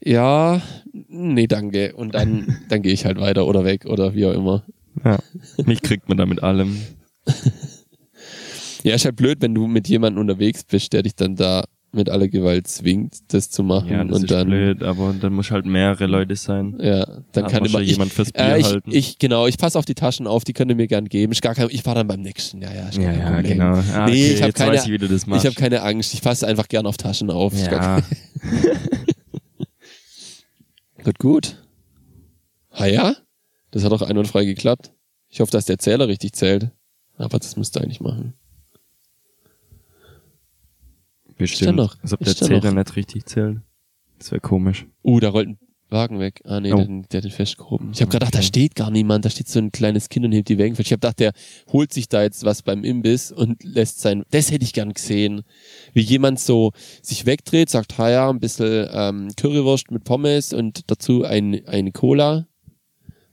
B: ja, nee, danke. Und dann, dann gehe ich halt weiter oder weg oder wie auch immer.
C: ja. Mich kriegt man da mit allem.
B: Ja, ist halt blöd, wenn du mit jemandem unterwegs bist, der dich dann da mit aller Gewalt zwingt, das zu machen.
C: Ja, das
B: und
C: ist
B: dann,
C: blöd, aber dann muss halt mehrere Leute sein.
B: Ja, dann
C: Hat
B: kann
C: man
B: immer
C: schon
B: ich,
C: jemand fürs Bier
B: äh, ich,
C: halten.
B: ich genau, ich passe auf die Taschen auf, die könnt ihr mir gern geben. Ist gar kein, ich war dann beim nächsten. Ja, ja, ist gar
C: Ja,
B: kein
C: ja,
B: Problem.
C: genau. Ah,
B: nee,
C: okay,
B: ich habe
C: jetzt weiß
B: keine,
C: ich, wie du das machst.
B: ich habe keine Angst. Ich passe einfach gern auf Taschen auf. Ist gar
C: Ja.
B: kein- Gut, gut. Ah ja, das hat auch einwandfrei geklappt. Ich hoffe, dass der Zähler richtig zählt. Aber das müsst ihr eigentlich machen.
C: Bestimmt.
B: Ist da noch?
C: Als ob der
B: Ist da
C: Zähler
B: noch?
C: nicht richtig zählt. Das wäre komisch.
B: Uh, da rollt ein Wagen weg. Ah nee,
C: Oh.
B: der, hat ihn- der hat den festgehoben. Ich habe gedacht, da steht gar niemand. Da steht so ein kleines Kind und hebt die Wägen fest. Ich habe gedacht, der holt sich da jetzt was beim Imbiss und lässt sein... Das hätte ich gern gesehen. Wie jemand so sich wegdreht, sagt, ha ja, ein bisschen ähm, Currywurst mit Pommes und dazu ein, eine Cola.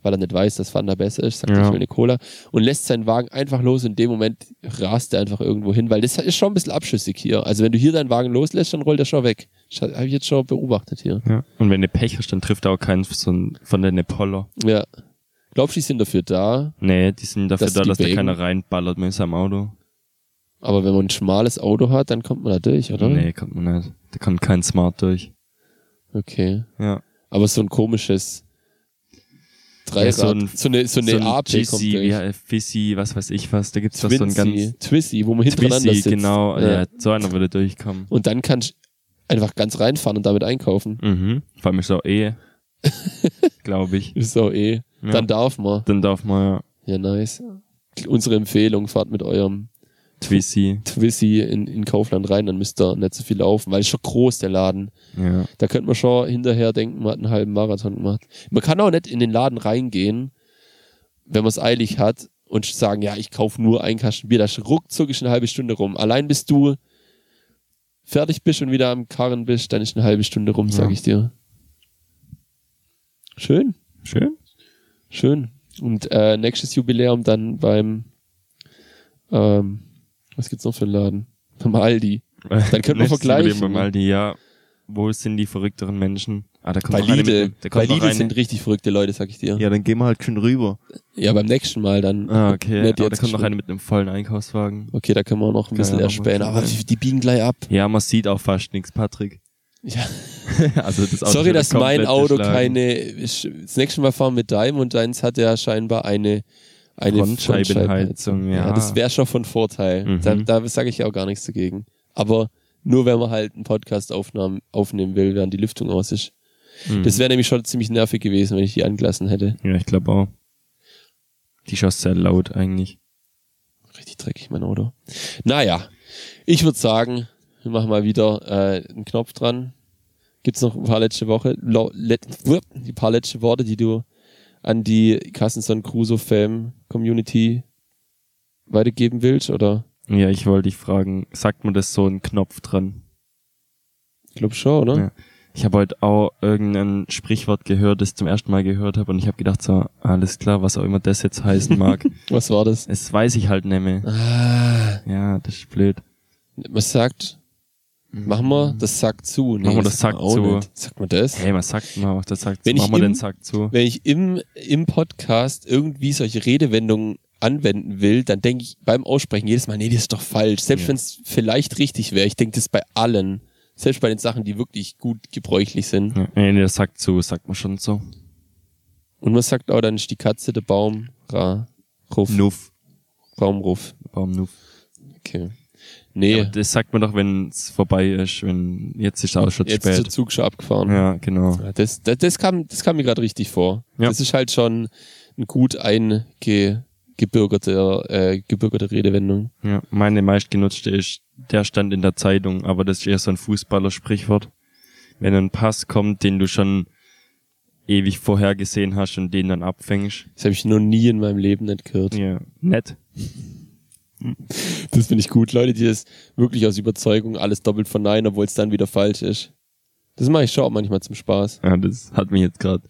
B: Weil er nicht weiß, dass Fanta besser ist, sagt,
C: Ja.
B: ich will eine Cola. Und lässt seinen Wagen einfach los. In dem Moment rast er einfach irgendwo hin. Weil das ist schon ein bisschen abschüssig hier. Also wenn du hier deinen Wagen loslässt, dann rollt er schon weg. Habe ich jetzt schon beobachtet hier.
C: Ja. Und wenn du Pech hast, dann trifft er auch keinen so ein- von den Apollo.
B: Ja. Glaubst du, die sind dafür da?
C: Nee, die sind dafür
B: Dass
C: da,
B: die
C: dass da
B: wägen?
C: keiner reinballert mit seinem Auto.
B: Aber wenn man ein schmales Auto hat, dann kommt man da durch, oder?
C: Nee, kommt man nicht. Da kommt kein Smart durch.
B: Okay.
C: Ja.
B: Aber so ein komisches Dreirad.
C: so
B: so,
C: ein-
B: eine, so eine
C: so ein
B: AP kommt
C: GC,
B: durch.
C: wie, äh, Fizzy, was weiß ich was. Da gibt's doch so ein ganz...
B: Twizzy, Twizzy, wo man hintereinander
C: Twizzy,
B: sitzt.
C: genau.
B: Ja.
C: Ja. so einer würde durchkommen.
B: Und dann kannst du einfach ganz reinfahren und damit einkaufen.
C: Mhm. Vor allem ist auch eh, glaube ich.
B: Ist auch eh.
C: Ja.
B: Dann darf man.
C: Dann darf man ja
B: Ja, nice. Unsere Empfehlung, fahrt mit eurem
C: Twizzy.
B: Twizzy in, in Kaufland rein, dann müsst ihr nicht so viel laufen, weil ist schon groß, der Laden.
C: Ja.
B: Da könnte man schon hinterher denken, man hat einen halben Marathon gemacht. Man kann auch nicht in den Laden reingehen, wenn man es eilig hat und sagen, ja, ich kaufe nur einen Kasten Bier. Da ist ruckzuck ist eine halbe Stunde rum. Allein bis du fertig bist und wieder am Karren bist, dann ist eine halbe Stunde rum, sag
C: Ja.
B: ich dir. Schön.
C: Schön.
B: Schön. Und äh, nächstes Jubiläum dann beim ähm, was gibt's noch für einen Laden? Beim Aldi. Dann können wir
C: Nächstes
B: vergleichen.
C: Problem Beim Aldi, ja. Wo sind die verrückteren Menschen? Ah, da kommt
B: Bei
C: noch eine
B: Lidl.
C: Mit,
B: Bei
C: da kommt noch
B: Lidl
C: eine-
B: sind richtig verrückte Leute, sag ich dir. Ja,
D: Ja, dann gehen wir halt schon rüber.
B: beim nächsten Mal dann.
C: Ah,
B: Nicht
C: okay. Aber da
B: jetzt
C: kommt noch
B: schon.
C: eine mit einem vollen Einkaufswagen.
B: Okay, da können wir noch ein
C: Kann
B: bisschen
C: ja noch mal
B: erspähen.
C: drin
B: Aber
C: sein.
B: die, die biegen gleich ab.
C: Ja, man sieht auch fast nichts, Patrick.
B: Ja.
C: also das Auto
B: Sorry,
C: wird
B: dass mein
C: komplett
B: Auto
C: beschlagen.
B: keine. Ich, das nächste Mal fahren mit deinem und deins hat ja scheinbar eine eine halt.
C: Frontscheibenheizung, ja.
B: das wäre schon von Vorteil.
C: Mhm.
B: Da, da sage ich auch gar nichts dagegen. Aber nur wenn man halt einen Podcast aufnahmen, aufnehmen will, während die Lüftung aus ist.
C: Mhm.
B: Das wäre nämlich schon ziemlich nervig gewesen, wenn ich die angelassen hätte.
C: Ja, ich glaube auch. Die schoss sehr laut eigentlich.
B: Richtig dreckig, mein Auto. Naja, ich würde sagen, wir machen mal wieder äh, einen Knopf dran. Gibt's noch ein paar letzte Woche, lo, let, wupp, die paar letzte Worte, die du an die Kassenson Crusoe Fam Community weitergeben willst? Oder
C: Ja, ich wollte dich fragen, sagt man das so einen Knopf dran?
B: ich glaube schon, oder?
C: Ja. Ich habe heute auch irgendein Sprichwort gehört, das ich zum ersten Mal gehört habe und ich habe gedacht so, alles klar, was auch immer das jetzt heißen mag.
B: Was war das?
C: es weiß ich halt nicht mehr.
B: Ah,
C: Ja, das ist blöd.
B: man sagt, machen wir das Sack zu. Nee,
C: Hm. Machen wir das
B: sagt
C: Sack
B: man auch
C: zu.
B: nicht. Sagt man das?
C: Hey, was sagt man auch? Das sagt,
B: Wenn ich
C: machen wir
B: im-
C: den Sack zu.
B: wenn ich im, im Podcast irgendwie solche Redewendungen anwenden will, dann denke ich beim Aussprechen jedes Mal, nee, das ist doch falsch. Selbst
C: Ja.
B: wenn es vielleicht richtig wäre, ich denke das bei allen. Selbst bei den Sachen, die wirklich gut gebräuchlich sind.
C: Ja, nee, der Sack zu, sagt man schon so.
B: Und man sagt auch, dann ist die Katze der Baum, ra, ruff,
C: Nuff.
B: Baumruff.
C: Warum Nuff?
B: Okay.
C: Ja,
B: Nee,
C: aber das sagt man doch, wenn es vorbei ist, wenn jetzt ist auch schon zu
B: jetzt ist der
C: spät.
B: Zug schon abgefahren.
C: Ja, genau.
B: Ja, Das, das, das, kam, das kam mir gerade richtig vor.
C: Ja.
B: Das ist halt schon ein gut eingebürgerte äh, gebürgerte Redewendung.
C: Ja, meine meistgenutzte ist, der stand in der Zeitung, aber das ist eher so ein Fußballer-Sprichwort. Wenn ein Pass kommt, den du schon ewig vorher gesehen hast und den dann abfängst.
B: Das habe ich noch nie in meinem Leben nicht gehört.
C: Ja, nett.
B: Das finde ich gut. Leute, die das wirklich aus Überzeugung alles doppelt verneinen, obwohl es dann wieder falsch ist. Das mache ich schon auch manchmal zum Spaß.
C: Ja, das hat mich jetzt gerade.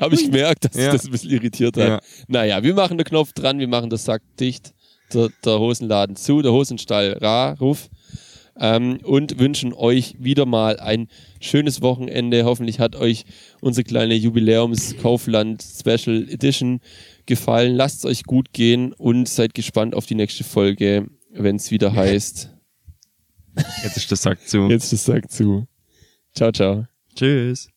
B: Habe ich gemerkt, dass
C: Ja.
B: das ein bisschen irritiert hat.
C: Ja.
B: Naja, wir machen den Knopf dran, wir machen das Sack dicht, der, der Hosenladen zu, der Hosenstall ra, ruf. Ähm, und wünschen euch wieder mal ein schönes Wochenende. Hoffentlich hat euch unsere kleine Jubiläums-Kaufland Special Edition gefallen. Lasst es euch gut gehen und seid gespannt auf die nächste Folge, wenn es wieder heißt.
C: Jetzt ist der Sack zu.
B: Jetzt das Sack zu. Ciao, ciao.
C: Tschüss.